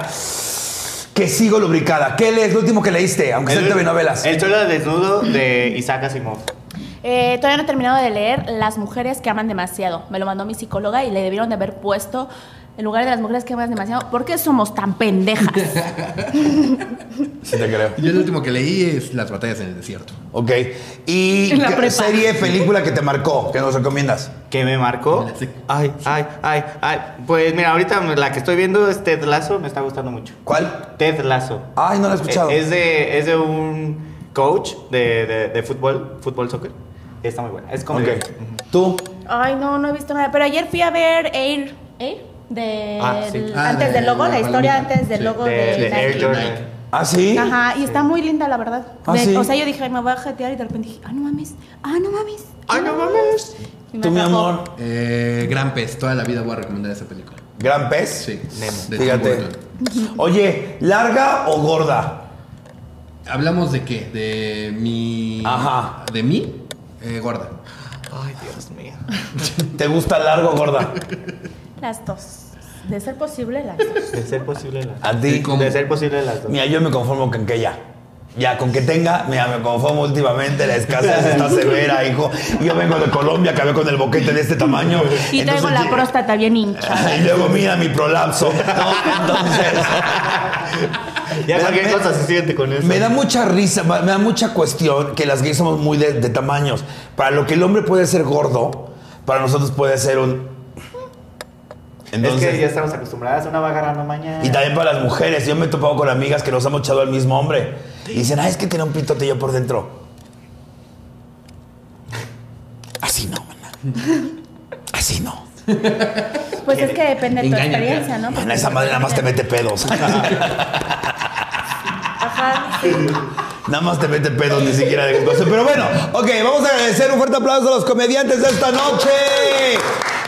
que sigo lubricada. ¿Qué es lo último que leíste? Aunque sea en telenovelas. El suelo desnudo de Isaac Asimov. Eh, todavía no he terminado de leer Las mujeres que aman demasiado. Me lo mandó mi psicóloga y le debieron de haber puesto en lugar de las mujeres que aman demasiado. ¿Por qué somos tan pendejas? (laughs) Sí te creo. Yo el último que leí es Las batallas en el desierto. Ok. ¿Y En la qué prepa. serie, película que te marcó, que nos recomiendas? ¿Qué me marcó? Sí. Ay, ay, ay, ay. Pues mira, ahorita la que estoy viendo es Ted Lasso, me está gustando mucho. ¿Cuál? Ted Lasso. Ay, no la he escuchado. Eh, Es de, es de un coach de, de- de fútbol, fútbol soccer. Está muy buena. Es como. Ok. ¿Tú? Ay, no, no he visto nada. Pero ayer fui a ver Air. ¿Air? De, Ah, sí. del- Ah, antes de del logo, la la, historia palomita. antes del Sí. logo De, de, de Nike. Air Jordan. Nike. ¿Ah, sí? Ajá, y está muy linda, la verdad. Ah, De- sí. O sea, yo dije, "Ay, me voy a jetear y de repente dije, ah, no mames, ah, no mames. Ay, no mames. Y me ¿Tú, mi atrapó. amor? Eh, Gran Pez. Toda la vida voy a recomendar esa película. ¿Gran pez? Sí. de Tim Fíjate. (laughs) Burton. Oye, ¿larga o gorda? ¿Hablamos de qué? De mi... Ajá. ¿De mí? Eh, gorda. Ay, Dios mío. ¿Te gusta largo o gorda? Las dos. De ser (laughs) posible, las dos. De ser posible las A ti. ¿Cómo? De ser posible las dos. Mira, yo me conformo con que ya. Ya, con que tenga, mira, me conformo últimamente, la escasez (laughs) está severa, hijo. Yo vengo de Colombia, acabé con el boquete de este tamaño. Y traigo Entonces, la sí. próstata (laughs) bien hincha. Y luego mira mi prolapso. (laughs) No, entonces... Ya Me- cualquier me- cosa se siente con eso. Me da mucha risa, ma- me da mucha cuestión que las gays somos muy de, de tamaños. Para lo que el hombre puede ser gordo, para nosotros puede ser un. Entonces, es que ya estamos acostumbradas, una va agarrando mañana. Y también para las mujeres. Yo me he topado con amigas que nos han echado al mismo hombre. Y dicen, ah, es que tiene un pitote yo por dentro. Así no, mana. Así no. Pues es que depende de tu Engáñate. experiencia, ¿no? Mana, esa madre nada más te mete pedos. Ajá. sí. Nada más te mete pedos, ni siquiera de cosa. Pero bueno, ok, vamos a agradecer un fuerte aplauso a los comediantes de esta noche.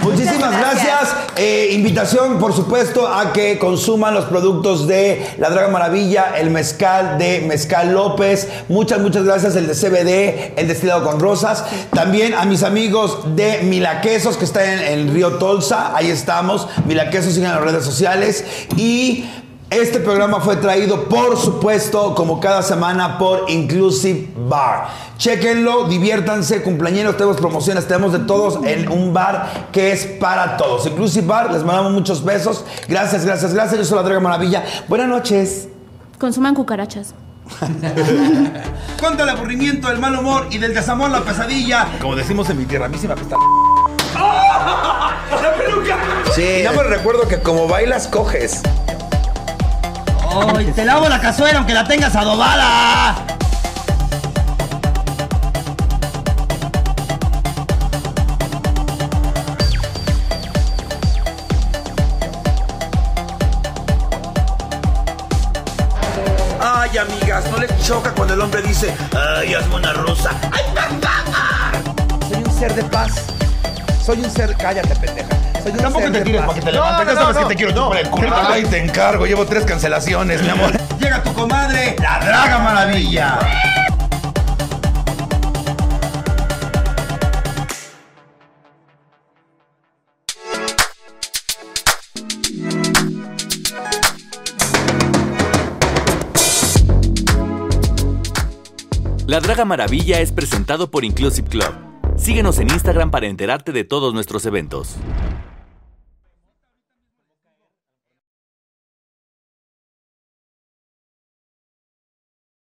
Muchísimas gracias. gracias. Eh, invitación, por supuesto, a que consuman los productos de La Draga Maravilla, el mezcal de Mezcal López. Muchas, muchas gracias. El de CBD, el destilado con rosas. También a mis amigos de Milaquesos, que está en, en Río Tolsa. Ahí estamos. Milaquesos, sigan las redes sociales. Y este programa fue traído, por supuesto, como cada semana, por Inclusive Bar. Chequenlo, diviértanse, cumpleañeros, tenemos promociones, tenemos de todos en un bar que es para todos. Inclusive Bar, les mandamos muchos besos. Gracias, gracias, gracias. Yo soy la Draga Maravilla. Buenas noches. Consuman cucarachas. Contra el aburrimiento, el mal humor y del desamor, la pesadilla. Como decimos en mi tierra, a mí sí me apesta. ¡Ah! Sí. Y nada más recuerdo que como bailas, coges. Hoy te lavo la cazuela aunque la tengas adobada. Ay, amigas, ¿no les choca cuando el hombre dice, ay, hazme una rosa? ¡Ay, papá! Soy un ser de paz. Soy un ser. Cállate, pendeja. Soy un Tampoco ser te de tires paz. para que te No, levantes. Ya no, sabes no, que te quiero chupar el culo. Ay, te encargo. Llevo tres cancelaciones, mi amor. Llega tu comadre, la Draga Maravilla. La Draga Maravilla es presentado por Inclusive Club. Síguenos en Instagram para enterarte de todos nuestros eventos.